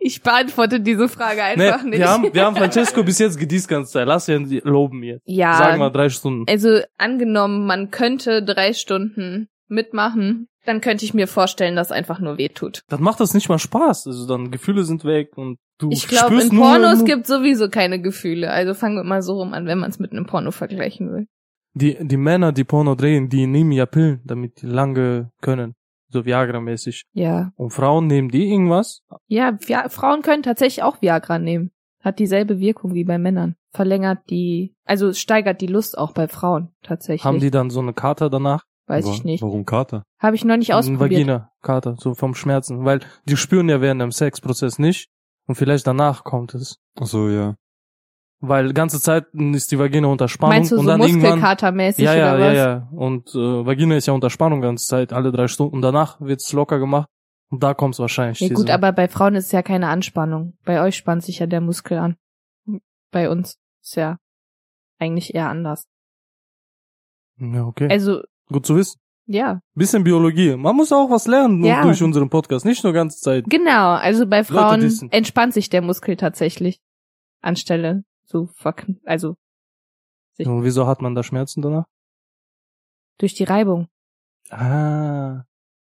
[SPEAKER 3] ich beantworte diese Frage
[SPEAKER 2] Nee,
[SPEAKER 3] einfach nicht.
[SPEAKER 2] wir haben, wir haben Francesco bis jetzt gedießt ganze Zeit. Lass ihn loben jetzt.
[SPEAKER 3] ja,
[SPEAKER 2] Sagen wir drei Stunden.
[SPEAKER 3] Also angenommen, man könnte drei Stunden mitmachen, dann könnte ich mir vorstellen, dass einfach nur weh tut.
[SPEAKER 2] Dann macht das nicht mal Spaß. Also dann Gefühle sind weg und du
[SPEAKER 3] Ich glaube,
[SPEAKER 2] spürst
[SPEAKER 3] in
[SPEAKER 2] nur-
[SPEAKER 3] Pornos
[SPEAKER 2] nur-
[SPEAKER 3] gibt sowieso keine Gefühle. Also fangen wir mal so rum an, wenn man es mit einem Porno vergleichen will.
[SPEAKER 2] Die, die Männer, die Porno drehen, die nehmen ja Pillen, damit die lange können. So Viagra-mäßig.
[SPEAKER 3] Ja.
[SPEAKER 2] Und Frauen nehmen die irgendwas,
[SPEAKER 3] Ja, Vi Frauen können tatsächlich auch Viagra nehmen. Hat dieselbe Wirkung wie bei Männern. Verlängert die, also steigert die Lust auch bei Frauen tatsächlich.
[SPEAKER 2] haben die dann so eine Kater danach,
[SPEAKER 3] Weiß
[SPEAKER 1] Wa-
[SPEAKER 3] ich nicht.
[SPEAKER 1] Warum Kater?
[SPEAKER 3] Habe ich noch nicht
[SPEAKER 2] eine
[SPEAKER 3] ausprobiert.
[SPEAKER 2] Vagina-Kater, so vom Schmerzen, weil die spüren ja während dem Sexprozess nicht und vielleicht danach kommt es,
[SPEAKER 1] Ach so, ja.
[SPEAKER 2] weil ganze Zeit ist die Vagina unter Spannung
[SPEAKER 3] Meinst du
[SPEAKER 2] und
[SPEAKER 3] so
[SPEAKER 2] dann irgendwann
[SPEAKER 3] Muskelkatermäßig
[SPEAKER 2] ja ja
[SPEAKER 3] oder
[SPEAKER 2] ja
[SPEAKER 3] was?
[SPEAKER 2] ja und äh, Vagina ist ja unter Spannung ganze Zeit alle drei Stunden und danach wird's locker gemacht und da kommt's wahrscheinlich
[SPEAKER 3] Ja,
[SPEAKER 2] diese-
[SPEAKER 3] gut, aber bei Frauen ist ja keine Anspannung. Bei euch spannt sich ja der Muskel an. Bei uns ist ja eigentlich eher anders.
[SPEAKER 2] ja okay
[SPEAKER 3] Also,
[SPEAKER 2] gut zu wissen
[SPEAKER 3] ja,
[SPEAKER 2] bisschen Biologie man muss auch was lernen
[SPEAKER 3] Ja.
[SPEAKER 2] durch unseren Podcast nicht nur ganze Zeit
[SPEAKER 3] genau. Also bei Frauen
[SPEAKER 2] wissen.
[SPEAKER 3] entspannt sich der Muskel tatsächlich. Anstelle zu verkn also Sicher.
[SPEAKER 2] Und wieso hat man da Schmerzen danach?
[SPEAKER 3] Durch die Reibung.
[SPEAKER 2] Ah.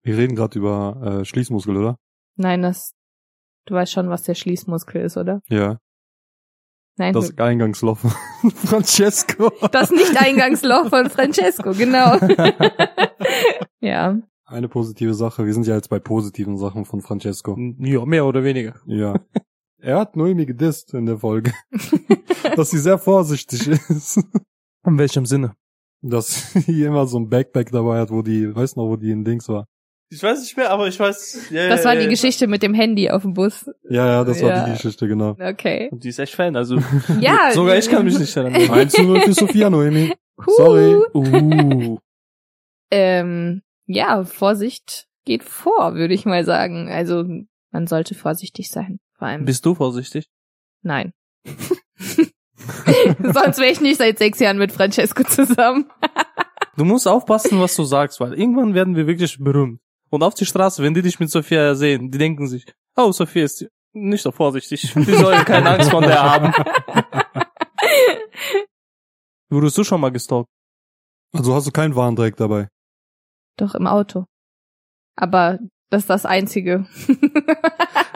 [SPEAKER 1] Wir reden gerade über äh, Schließmuskel, oder?
[SPEAKER 3] Nein, das. Du weißt schon, was der Schließmuskel ist, oder?
[SPEAKER 1] Ja.
[SPEAKER 3] Nein,
[SPEAKER 1] Das
[SPEAKER 3] gut.
[SPEAKER 1] Eingangsloch von (laughs) Francesco.
[SPEAKER 3] das Nicht-Eingangsloch von
[SPEAKER 2] (laughs)
[SPEAKER 3] Francesco, genau. ja.
[SPEAKER 1] Eine positive Sache. Wir sind ja jetzt bei positiven Sachen von Francesco.
[SPEAKER 2] Ja, mehr oder weniger.
[SPEAKER 3] (laughs)
[SPEAKER 1] Ja. Er hat Noemi gedisst in der Folge. dass sie sehr vorsichtig ist.
[SPEAKER 2] In welchem Sinne?
[SPEAKER 1] Dass sie immer so ein Backpack dabei hat, wo die, weiß noch, wo die in Dings war.
[SPEAKER 4] Ich weiß nicht mehr, aber ich weiß. Ja,
[SPEAKER 3] Das
[SPEAKER 4] ja,
[SPEAKER 3] war
[SPEAKER 4] ja,
[SPEAKER 3] die
[SPEAKER 4] ja.
[SPEAKER 3] Geschichte mit dem Handy auf dem Bus.
[SPEAKER 1] Ja, ja, das war
[SPEAKER 3] Ja.
[SPEAKER 1] die Geschichte, genau.
[SPEAKER 2] (laughs)
[SPEAKER 3] Okay.
[SPEAKER 4] Und die ist echt Fan, also
[SPEAKER 3] (laughs) Ja.
[SPEAKER 2] Sogar ich kann mich nicht erinnern.
[SPEAKER 1] 1 zu 0 für Sophia Noemi.
[SPEAKER 3] Huh.
[SPEAKER 1] Sorry.
[SPEAKER 2] Uh.
[SPEAKER 3] Ähm, ja, Vorsicht geht vor, würde ich mal sagen. Also man sollte vorsichtig sein. Vor allem.
[SPEAKER 2] Bist du vorsichtig?
[SPEAKER 3] Nein. (laughs) Sonst wäre ich nicht seit sechs Jahren mit Francesco zusammen.
[SPEAKER 2] Du musst aufpassen, was du sagst, weil irgendwann werden wir wirklich berühmt. Und auf die Straße, wenn die dich mit Sophia sehen, die denken sich, oh, Sophia ist nicht so vorsichtig. Die sollen keine Angst vor der haben. Wurdest du schon mal gestalkt?
[SPEAKER 1] Also hast du keinen Warndreck dabei.
[SPEAKER 3] Doch im Auto. Aber das ist das Einzige.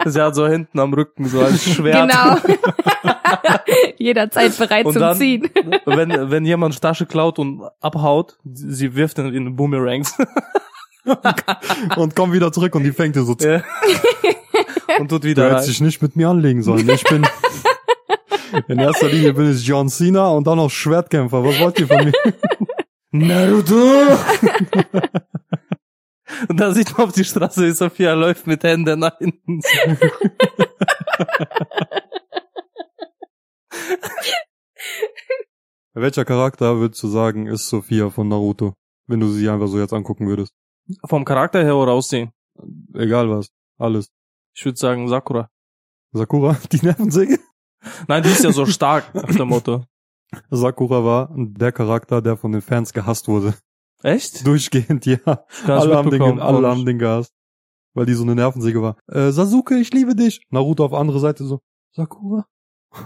[SPEAKER 2] Sie hat so hinten am Rücken so ein Schwert.
[SPEAKER 3] Genau.
[SPEAKER 2] (laughs)
[SPEAKER 3] (laughs) Jederzeit bereit
[SPEAKER 2] Und
[SPEAKER 3] zum
[SPEAKER 2] dann-
[SPEAKER 3] Ziehen. (laughs)
[SPEAKER 2] Wenn, wenn jemand Tasche klaut und abhaut, sie wirft ihn in Boomerangs.
[SPEAKER 1] Und komm wieder zurück und die fängt dir so zu.
[SPEAKER 2] Ja. und tut
[SPEAKER 1] Du
[SPEAKER 2] wieder
[SPEAKER 1] hättest
[SPEAKER 2] rein.
[SPEAKER 1] dich nicht mit mir anlegen sollen. Ich bin, in erster Linie bin ich John Cena und dann noch Schwertkämpfer. Was wollt ihr von mir?
[SPEAKER 2] Naruto! und da sieht man auf die Straße, wie Sophia läuft mit Händen nach hinten.
[SPEAKER 1] Welcher Charakter würdest du sagen, ist Sophia von Naruto? Wenn du sie einfach so jetzt angucken würdest.
[SPEAKER 2] Vom Charakter her oder Aussehen?
[SPEAKER 1] Egal was. Alles.
[SPEAKER 2] Ich würde sagen Sakura.
[SPEAKER 1] Sakura, (laughs) die Nervensäge?
[SPEAKER 2] Nein, die ist (laughs) ja so stark, nach dem Motto.
[SPEAKER 1] Sakura war der Charakter, der von den Fans gehasst wurde. (laughs)
[SPEAKER 2] Echt?
[SPEAKER 1] Durchgehend, ja.
[SPEAKER 2] Ganz
[SPEAKER 1] Alle haben, den, ge- alle haben den gehasst. Weil die so eine Nervensäge war. Äh, Sasuke, ich liebe dich. Naruto auf andere Seite so. Sakura?
[SPEAKER 2] (laughs)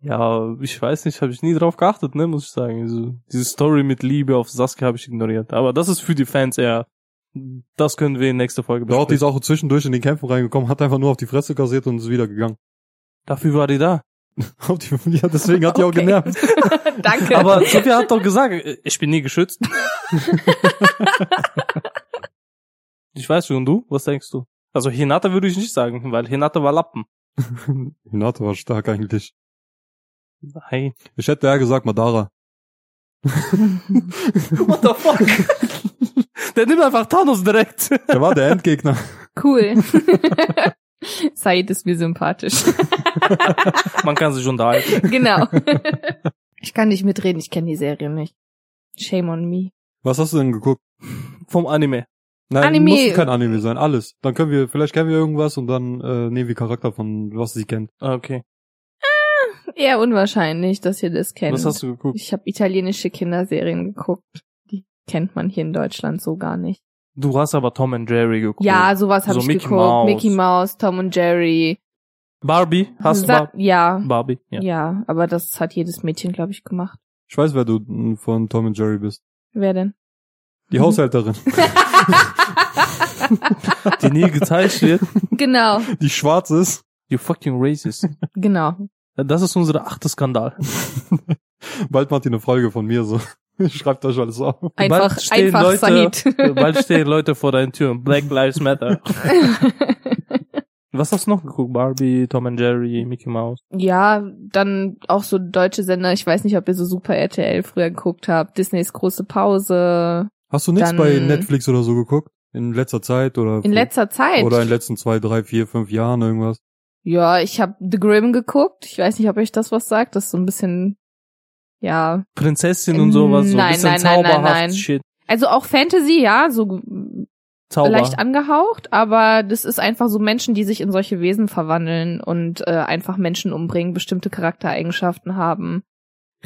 [SPEAKER 2] Ja, ich weiß nicht, habe ich nie drauf geachtet, ne, muss ich sagen. Also, diese Story mit Liebe auf Sasuke habe ich ignoriert. Aber das ist für die Fans eher. Das können wir in nächster Folge
[SPEAKER 1] Doch, die
[SPEAKER 2] besprechen.
[SPEAKER 1] ist auch zwischendurch in den Kämpfen reingekommen, hat einfach nur auf die Fresse kassiert und ist wieder gegangen.
[SPEAKER 2] Dafür war die da.
[SPEAKER 1] Auf die, ja, deswegen hat die auch
[SPEAKER 3] Okay.
[SPEAKER 1] genervt.
[SPEAKER 3] Danke.
[SPEAKER 2] Aber Sophia hat doch gesagt, äh, ich bin nie geschützt. (laughs) ich weiß schon, und du? Was denkst du? Also Hinata würde ich nicht sagen, weil Hinata war Lappen.
[SPEAKER 1] Hinata war stark eigentlich.
[SPEAKER 2] Nein.
[SPEAKER 1] Ich hätte ja gesagt, Madara.
[SPEAKER 2] What the fuck? (laughs) Der nimmt einfach Thanos direkt.
[SPEAKER 1] Der war
[SPEAKER 3] (laughs)
[SPEAKER 1] der Endgegner.
[SPEAKER 3] cool. (laughs) Said ist mir sympathisch. (laughs)
[SPEAKER 2] Man kann sich unterhalten.
[SPEAKER 3] genau. (laughs) Ich kann nicht mitreden, ich kenne die Serie nicht. Shame on me.
[SPEAKER 1] Was hast du denn geguckt?
[SPEAKER 2] Vom Anime.
[SPEAKER 1] Nein,
[SPEAKER 3] Anime.
[SPEAKER 1] muss kein Anime sein, alles. Dann können wir, vielleicht kennen wir irgendwas und dann äh, nehmen wir Charakter von, was sie kennt.
[SPEAKER 2] Ah, Okay.
[SPEAKER 3] Eher unwahrscheinlich, dass ihr das kennt.
[SPEAKER 2] Was hast du geguckt?
[SPEAKER 3] Ich habe italienische Kinderserien geguckt. Die kennt man hier in Deutschland so gar nicht.
[SPEAKER 2] Du hast aber Tom and Jerry geguckt.
[SPEAKER 3] Ja, sowas habe
[SPEAKER 2] So
[SPEAKER 3] ich
[SPEAKER 2] Mickey
[SPEAKER 3] geguckt.
[SPEAKER 2] Mouse.
[SPEAKER 3] Mickey Mouse, Tom und Jerry.
[SPEAKER 2] Barbie, hast du
[SPEAKER 3] Sa-
[SPEAKER 2] Bar
[SPEAKER 3] ja,
[SPEAKER 2] Barbie?
[SPEAKER 3] ja,
[SPEAKER 2] Ja.
[SPEAKER 3] aber das hat jedes Mädchen, glaube ich, gemacht.
[SPEAKER 1] Ich weiß, wer du mh, von Tom and Jerry bist.
[SPEAKER 3] Wer denn? Mhm.
[SPEAKER 1] Die Haushälterin. (laughs)
[SPEAKER 2] Die nie gezeigt wird.
[SPEAKER 3] genau,
[SPEAKER 1] Die schwarz ist.
[SPEAKER 2] You fucking racist.
[SPEAKER 3] genau.
[SPEAKER 2] Das ist unser achter Skandal.
[SPEAKER 1] Bald macht ihr eine Folge von mir so. (laughs) Schreibt euch alles auf.
[SPEAKER 3] Einfach,
[SPEAKER 2] Bald stehen
[SPEAKER 3] einfach
[SPEAKER 2] Leute,
[SPEAKER 3] Said.
[SPEAKER 2] Bald stehen Leute vor deinen Türen. Black Lives Matter. Was hast du noch geguckt? Barbie, Tom and Jerry, Mickey Mouse.
[SPEAKER 3] (laughs) ja, dann auch so deutsche Sender. Ich weiß nicht, ob ihr so Super RTL früher geguckt habt. Disneys große Pause.
[SPEAKER 1] Hast du nichts
[SPEAKER 3] Dann-
[SPEAKER 1] bei Netflix oder so geguckt? In letzter Zeit oder?
[SPEAKER 3] In letzter Zeit.
[SPEAKER 1] Oder in den letzten zwei, drei, vier, fünf Jahren irgendwas.
[SPEAKER 3] Ja, ich habe The Grimm geguckt. Ich weiß nicht, ob euch das was sagt. Das ist so ein bisschen, ja.
[SPEAKER 2] Prinzessin und sowas. So
[SPEAKER 3] Mm, Nein,
[SPEAKER 2] ein bisschen
[SPEAKER 3] nein, nein, nein,
[SPEAKER 2] zauberhaft.
[SPEAKER 3] nein.
[SPEAKER 2] Shit.
[SPEAKER 3] Also auch Fantasy, ja, so
[SPEAKER 2] Zauber.
[SPEAKER 3] leicht angehaucht, aber das ist einfach so Menschen, die sich in solche Wesen verwandeln und äh, einfach Menschen umbringen, bestimmte Charaktereigenschaften haben.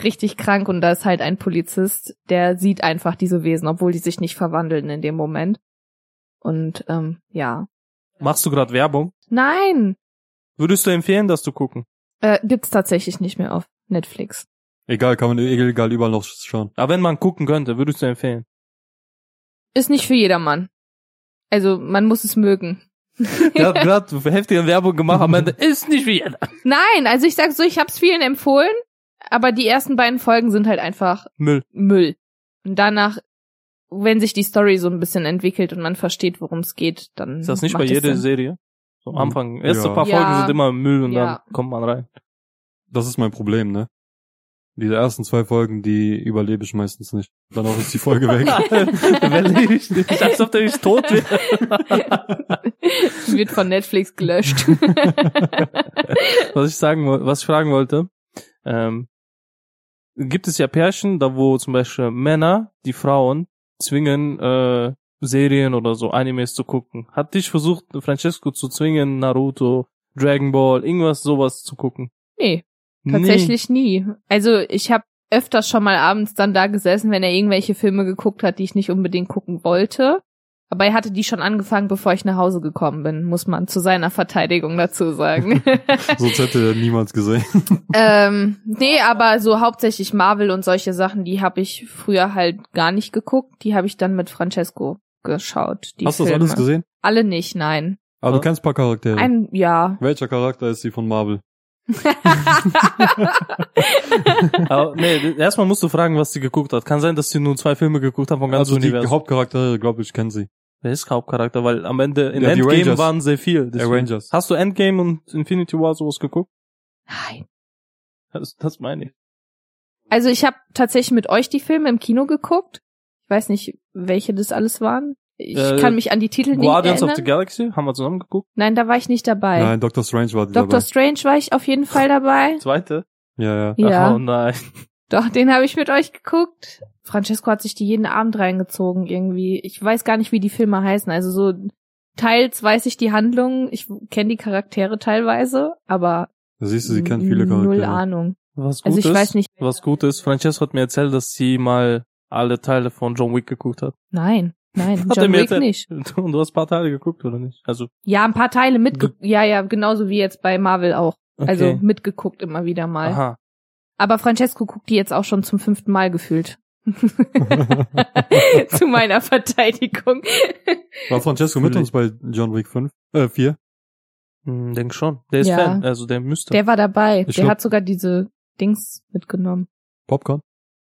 [SPEAKER 3] Richtig krank und da ist halt ein Polizist, der sieht einfach diese Wesen, obwohl die sich nicht verwandeln in dem Moment. Und ähm, ja.
[SPEAKER 2] Machst du gerade Werbung?
[SPEAKER 3] Nein!
[SPEAKER 2] Würdest du empfehlen, das zu gucken?
[SPEAKER 3] Äh, gibt's tatsächlich nicht mehr auf Netflix.
[SPEAKER 1] Egal, kann man illegal überall noch schauen.
[SPEAKER 2] Aber wenn man gucken könnte, würdest du
[SPEAKER 3] (laughs)
[SPEAKER 2] empfehlen?
[SPEAKER 3] Ist nicht für jedermann. Also man muss es mögen.
[SPEAKER 2] Der hat gerade heftige Werbung gemacht, am Ende ist nicht wie jeder.
[SPEAKER 3] Nein, also ich sag so, ich hab's vielen empfohlen, aber die ersten beiden Folgen sind halt einfach
[SPEAKER 2] Müll.
[SPEAKER 3] Müll. Und danach, wenn sich die Story so ein bisschen entwickelt und man versteht, worum es geht, dann.
[SPEAKER 2] Ist das nicht
[SPEAKER 3] macht
[SPEAKER 2] bei
[SPEAKER 3] es
[SPEAKER 2] jeder
[SPEAKER 3] Sinn.
[SPEAKER 2] Serie? So am Anfang. Erste
[SPEAKER 1] Ja.
[SPEAKER 2] paar
[SPEAKER 3] Ja.
[SPEAKER 2] Folgen sind immer Müll und
[SPEAKER 3] Ja.
[SPEAKER 2] dann kommt man
[SPEAKER 3] (laughs)
[SPEAKER 2] rein. (laughs)
[SPEAKER 1] Das ist mein Problem, ne? Diese ersten zwei Folgen, die überlebe ich meistens nicht. Danach ist die Folge weg.
[SPEAKER 3] (laughs)
[SPEAKER 2] Überlebe ich nicht, als ob der nicht tot wäre.
[SPEAKER 3] (laughs) Wird von
[SPEAKER 2] (laughs)
[SPEAKER 3] Netflix gelöscht.
[SPEAKER 2] Was ich sagen, woll- was ich fragen wollte, ähm, gibt es ja Pärchen, da wo zum Beispiel Männer die Frauen zwingen, äh, Serien oder so Animes zu gucken. Hat dich versucht, Francesco zu zwingen, Naruto, Dragon Ball, irgendwas sowas zu gucken?
[SPEAKER 3] nee, tatsächlich nie. Also ich habe öfters schon mal abends dann da gesessen, wenn er irgendwelche Filme geguckt hat, die ich nicht unbedingt gucken wollte. Aber er hatte die schon angefangen, bevor ich nach Hause gekommen bin, muss man zu seiner Verteidigung dazu sagen.
[SPEAKER 2] (laughs)
[SPEAKER 3] (laughs)
[SPEAKER 1] Sonst hätte er niemals gesehen.
[SPEAKER 3] ähm, nee, aber so hauptsächlich Marvel und solche Sachen, die habe ich früher halt gar nicht geguckt. Die habe ich dann mit Francesco geschaut. Die
[SPEAKER 1] Hast du das
[SPEAKER 3] Filme.
[SPEAKER 1] alles gesehen?
[SPEAKER 3] Alle nicht, nein.
[SPEAKER 1] Aber du
[SPEAKER 2] Ja.
[SPEAKER 1] kennst ein paar Charaktere.
[SPEAKER 3] Ein, ja.
[SPEAKER 1] Welcher Charakter ist die von Marvel?
[SPEAKER 2] Nee. Aber, nee, erstmal musst du fragen, was sie geguckt hat. Kann sein, dass sie nur zwei Filme geguckt hat vom ganzen
[SPEAKER 1] also die
[SPEAKER 2] Universum.
[SPEAKER 1] Hauptcharaktere, glaube ich, kennen sie.
[SPEAKER 2] Wer ist Hauptcharakter? Weil am Ende in
[SPEAKER 1] Ja, die
[SPEAKER 2] Endgame
[SPEAKER 1] Rangers.
[SPEAKER 2] waren sehr viel. deswegen.
[SPEAKER 1] Rangers.
[SPEAKER 2] Hast du Endgame und Infinity War sowas geguckt?
[SPEAKER 3] Nein.
[SPEAKER 2] Das, das meine ich.
[SPEAKER 3] Also ich habe tatsächlich mit euch die Filme im Kino geguckt. Ich weiß nicht, welche das alles waren. Ich
[SPEAKER 2] Äh,
[SPEAKER 3] kann mich an die Titel nicht
[SPEAKER 2] Guardians of the
[SPEAKER 3] erinnern.
[SPEAKER 2] Galaxy haben wir zusammen geguckt.
[SPEAKER 3] Nein, da war ich nicht dabei.
[SPEAKER 1] Nein, Dr. Strange war die
[SPEAKER 3] Doctor Strange war ich auf jeden Fall dabei.
[SPEAKER 2] Zweite.
[SPEAKER 1] dabei. Ja, ja.
[SPEAKER 3] Ja,
[SPEAKER 2] Ach, oh nein.
[SPEAKER 3] doch, den habe ich mit euch geguckt. Francesco hat sich die jeden Abend reingezogen irgendwie. Ich weiß gar nicht, wie die Filme heißen. Also so teils weiß ich die Handlung, ich kenne die Charaktere teilweise, aber
[SPEAKER 1] Da siehst du, sie kennt
[SPEAKER 3] n-
[SPEAKER 1] viele Charaktere.
[SPEAKER 3] null Ahnung.
[SPEAKER 2] Was gut
[SPEAKER 3] Also ich
[SPEAKER 2] ist,
[SPEAKER 3] weiß nicht.
[SPEAKER 2] was gut ist, Francesco hat mir erzählt, dass sie mal alle Teile von John Wick geguckt hat. (laughs)
[SPEAKER 3] Nein, nein,
[SPEAKER 2] Hat er
[SPEAKER 3] John
[SPEAKER 2] mir
[SPEAKER 3] Wick
[SPEAKER 2] erzählt.
[SPEAKER 3] nicht.
[SPEAKER 2] Und du hast ein paar Teile geguckt, oder nicht? Also,
[SPEAKER 3] Ja, ein paar Teile mitge ja, ja, genauso wie jetzt bei Marvel auch.
[SPEAKER 2] okay.
[SPEAKER 3] Also mitgeguckt immer wieder mal.
[SPEAKER 2] Aha.
[SPEAKER 3] Aber Francesco guckt die jetzt auch schon zum fünften Mal
[SPEAKER 2] (laughs)
[SPEAKER 3] gefühlt. (laughs) Zu meiner Verteidigung.
[SPEAKER 1] (laughs) War Francesco mit uns bei John Wick 5? Äh, 4?
[SPEAKER 2] Hm, Denk schon. Der ist
[SPEAKER 3] Ja.
[SPEAKER 2] Fan, also der müsste.
[SPEAKER 3] Der war dabei.
[SPEAKER 1] Ich
[SPEAKER 3] Der
[SPEAKER 1] glaub-
[SPEAKER 3] hat sogar diese Dings mitgenommen.
[SPEAKER 1] Popcorn?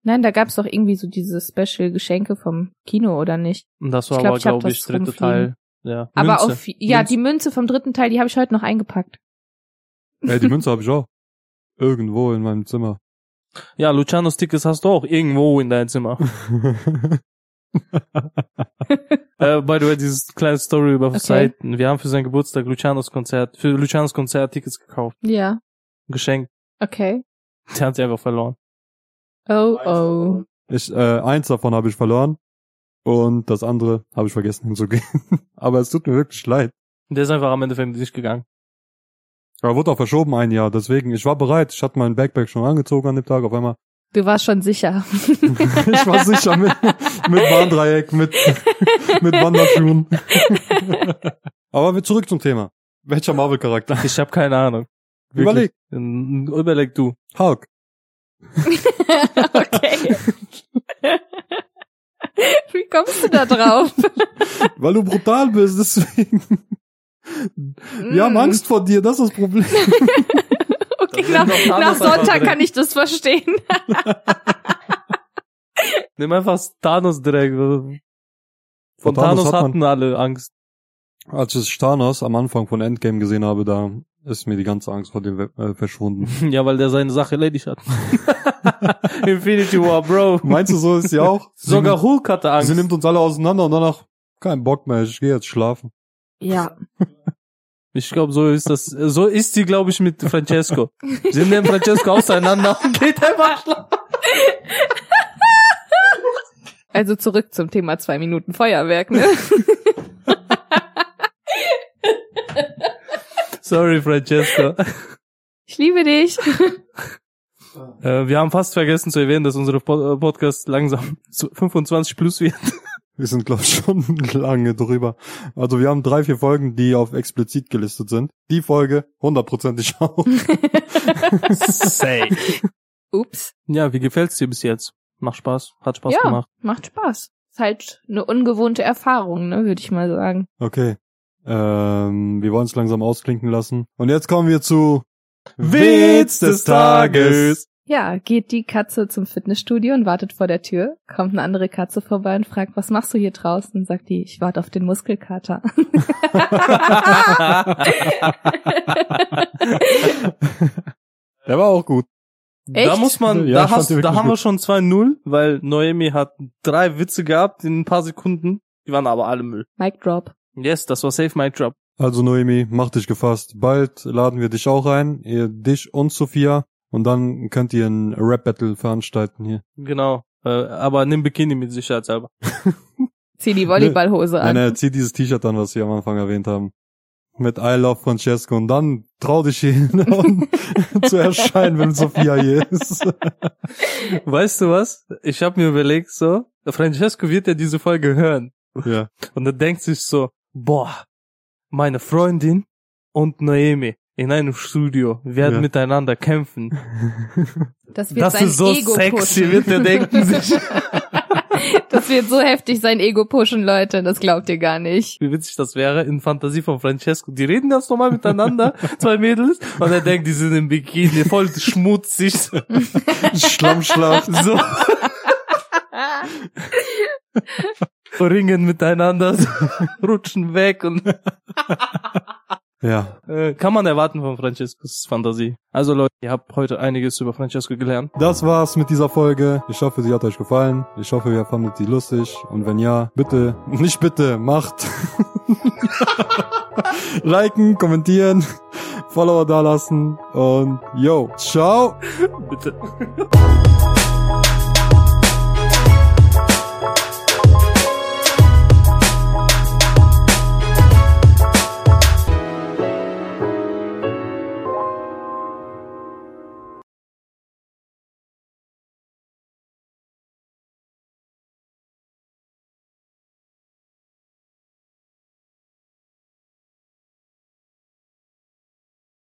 [SPEAKER 3] Nein, da gab's doch irgendwie so diese Special-Geschenke vom Kino, oder nicht?
[SPEAKER 2] Und das war
[SPEAKER 3] Ich glaub,
[SPEAKER 2] aber,
[SPEAKER 3] ich hab
[SPEAKER 2] glaube ich,
[SPEAKER 3] das
[SPEAKER 2] dritte
[SPEAKER 3] rumfliegen.
[SPEAKER 2] Teil. Ja.
[SPEAKER 3] Aber
[SPEAKER 2] Münze.
[SPEAKER 3] auf ja,
[SPEAKER 2] Münze.
[SPEAKER 3] die Münze vom dritten Teil, die habe ich heute noch eingepackt.
[SPEAKER 1] Ey, die Münze habe ich auch. Irgendwo in meinem (laughs) Zimmer.
[SPEAKER 2] Ja, Lucianos Tickets hast du auch irgendwo in deinem
[SPEAKER 3] (laughs)
[SPEAKER 2] Zimmer. äh, by the way, dieses kleine Story über
[SPEAKER 3] Okay.
[SPEAKER 2] Seiten. Wir haben für sein Geburtstag Lucianos Konzert, für Lucianos Konzert Tickets gekauft.
[SPEAKER 3] Ja,
[SPEAKER 2] Geschenkt.
[SPEAKER 3] okay.
[SPEAKER 2] Der hat sie einfach verloren.
[SPEAKER 3] Oh oh.
[SPEAKER 1] Ich, äh, eins davon habe ich verloren und das andere habe ich vergessen (laughs) hinzugehen. Aber es tut mir wirklich leid.
[SPEAKER 2] Der ist einfach am Ende von nicht gegangen.
[SPEAKER 1] Aber wurde auch verschoben ein Jahr, deswegen, ich war bereit. Ich hatte meinen Backpack schon angezogen an dem Tag auf einmal.
[SPEAKER 3] Du warst schon sicher. (laughs)
[SPEAKER 1] Ich war sicher mit, mit Warndreieck, mit, mit Wanderschuhen. Aber wir zurück zum Thema. Welcher Marvel-Charakter?
[SPEAKER 2] Ich habe keine Ahnung.
[SPEAKER 1] Überleg.
[SPEAKER 2] Ähm, Überleg du.
[SPEAKER 1] Hulk.
[SPEAKER 3] okay. (laughs) Wie kommst du da drauf?
[SPEAKER 1] Weil du brutal bist, deswegen. Wir haben
[SPEAKER 3] Mm.
[SPEAKER 1] Angst vor dir, das ist das Problem.
[SPEAKER 3] Okay,
[SPEAKER 2] Das
[SPEAKER 3] nach,
[SPEAKER 2] sind doch
[SPEAKER 3] nach
[SPEAKER 2] Thanos
[SPEAKER 3] Sonntag
[SPEAKER 2] einfach
[SPEAKER 3] kann ich das verstehen.
[SPEAKER 2] Nimm einfach Thanos direkt. Von,
[SPEAKER 1] Vor Thanos
[SPEAKER 2] Thanos,
[SPEAKER 1] hat man-
[SPEAKER 2] hatten alle Angst. (laughs)
[SPEAKER 1] Als ich Thanos am Anfang von Endgame gesehen habe, da ist mir die ganze Angst vor dem äh, verschwunden.
[SPEAKER 2] Ja, weil der seine Sache erledigt hat. (laughs) Infinity War, Bro.
[SPEAKER 1] Meinst du, so ist sie auch? (laughs) Sie
[SPEAKER 2] Sogar
[SPEAKER 1] nimmt-
[SPEAKER 2] Hulk hatte Angst.
[SPEAKER 1] Sie nimmt uns alle auseinander und danach, kein Bock mehr, ich gehe jetzt schlafen.
[SPEAKER 3] Ja.
[SPEAKER 2] Ich glaube, so ist das. So ist sie, glaube ich, mit Francesco. Sie nehmen
[SPEAKER 1] (laughs)
[SPEAKER 2] Francesco auseinander und geht einfach schlafen.
[SPEAKER 3] Also zurück zum Thema zwei Minuten Feuerwerk, ne? (laughs)
[SPEAKER 2] Sorry, Francesco.
[SPEAKER 3] Ich liebe dich.
[SPEAKER 2] Äh, wir haben fast vergessen zu erwähnen, dass unsere po äh, Podcast langsam zu 25 plus wird.
[SPEAKER 1] Wir sind, glaube ich, (laughs) schon lange drüber. Also wir haben drei, vier Folgen, die auf explizit (laughs) gelistet sind. Die Folge hundertprozentig auch.
[SPEAKER 2] Say.
[SPEAKER 3] Ups.
[SPEAKER 2] Ja, wie gefällt's dir bis jetzt? Macht Spaß, hat Spaß
[SPEAKER 3] Ja. (laughs)
[SPEAKER 2] gemacht.
[SPEAKER 3] Macht Spaß. Ist halt eine ungewohnte Erfahrung, ne, würde ich mal sagen.
[SPEAKER 1] Okay. Ähm, wir wollen es langsam ausklinken lassen. Und jetzt kommen wir zu
[SPEAKER 2] Witz des Tages.
[SPEAKER 3] Ja, geht die Katze zum Fitnessstudio und wartet vor der Tür, kommt eine andere Katze vorbei und fragt, was machst du hier draußen? Sagt die, ich warte auf den Muskelkater. (laughs)
[SPEAKER 1] Der war auch gut.
[SPEAKER 2] Da
[SPEAKER 3] Echt?
[SPEAKER 2] muss man,
[SPEAKER 1] Ja,
[SPEAKER 2] da,
[SPEAKER 1] fand
[SPEAKER 2] hast,
[SPEAKER 1] ich wirklich
[SPEAKER 2] da haben wir
[SPEAKER 1] gut.
[SPEAKER 2] schon 2-0, weil Noemi hat drei Witze gehabt in ein paar Sekunden. Die waren aber alle Müll.
[SPEAKER 3] Mic drop.
[SPEAKER 2] Yes, das war Safe Mic Drop.
[SPEAKER 1] Also Noemi, mach dich gefasst. Bald laden wir dich auch ein, ihr, dich und Sophia. Und dann könnt ihr ein Rap-Battle veranstalten hier.
[SPEAKER 2] Genau. Äh, aber nimm Bikini mit sicherheitshalber.
[SPEAKER 3] Zieh die Volleyballhose
[SPEAKER 1] Nein,
[SPEAKER 3] an.
[SPEAKER 1] nein, zieh dieses T-Shirt an, was wir am Anfang erwähnt haben. Mit I love Francesco und dann trau dich hier hin (laughs) und zu erscheinen, wenn Sophia hier ist. (laughs)
[SPEAKER 2] Weißt du was? Ich habe mir überlegt so, Francesco wird ja diese Folge hören.
[SPEAKER 1] ja.
[SPEAKER 2] Und er denkt sich so, boah, meine Freundin und Noemi in einem Studio werden
[SPEAKER 1] Ja.
[SPEAKER 2] miteinander kämpfen.
[SPEAKER 3] Das wird
[SPEAKER 2] Das
[SPEAKER 3] sein
[SPEAKER 2] ist so
[SPEAKER 3] Ego
[SPEAKER 2] sexy,
[SPEAKER 3] pushen.
[SPEAKER 2] wird
[SPEAKER 3] (laughs)
[SPEAKER 2] er denken sich.
[SPEAKER 3] Das wird so heftig sein Ego pushen, Leute. Das glaubt ihr gar nicht.
[SPEAKER 2] Wie witzig das wäre in Fantasie von Francesco. Die reden ganz normal
[SPEAKER 3] (laughs)
[SPEAKER 2] miteinander, zwei Mädels, und er denkt, die sind im Bikini, voll schmutzig.
[SPEAKER 3] (laughs)
[SPEAKER 1] Schlammschlacht.
[SPEAKER 2] So ringen miteinander, so, rutschen weg und
[SPEAKER 1] Ja.
[SPEAKER 2] äh, kann man erwarten von Francescos Fantasie. Also Leute, ihr habt heute einiges über Francesco gelernt.
[SPEAKER 1] Das war's mit dieser Folge. Ich hoffe, sie hat euch gefallen. Ich hoffe, ihr fandet sie lustig. Und wenn ja, bitte, nicht bitte, macht. (laughs) Liken, kommentieren, Follower dalassen und yo, ciao.
[SPEAKER 2] Bitte.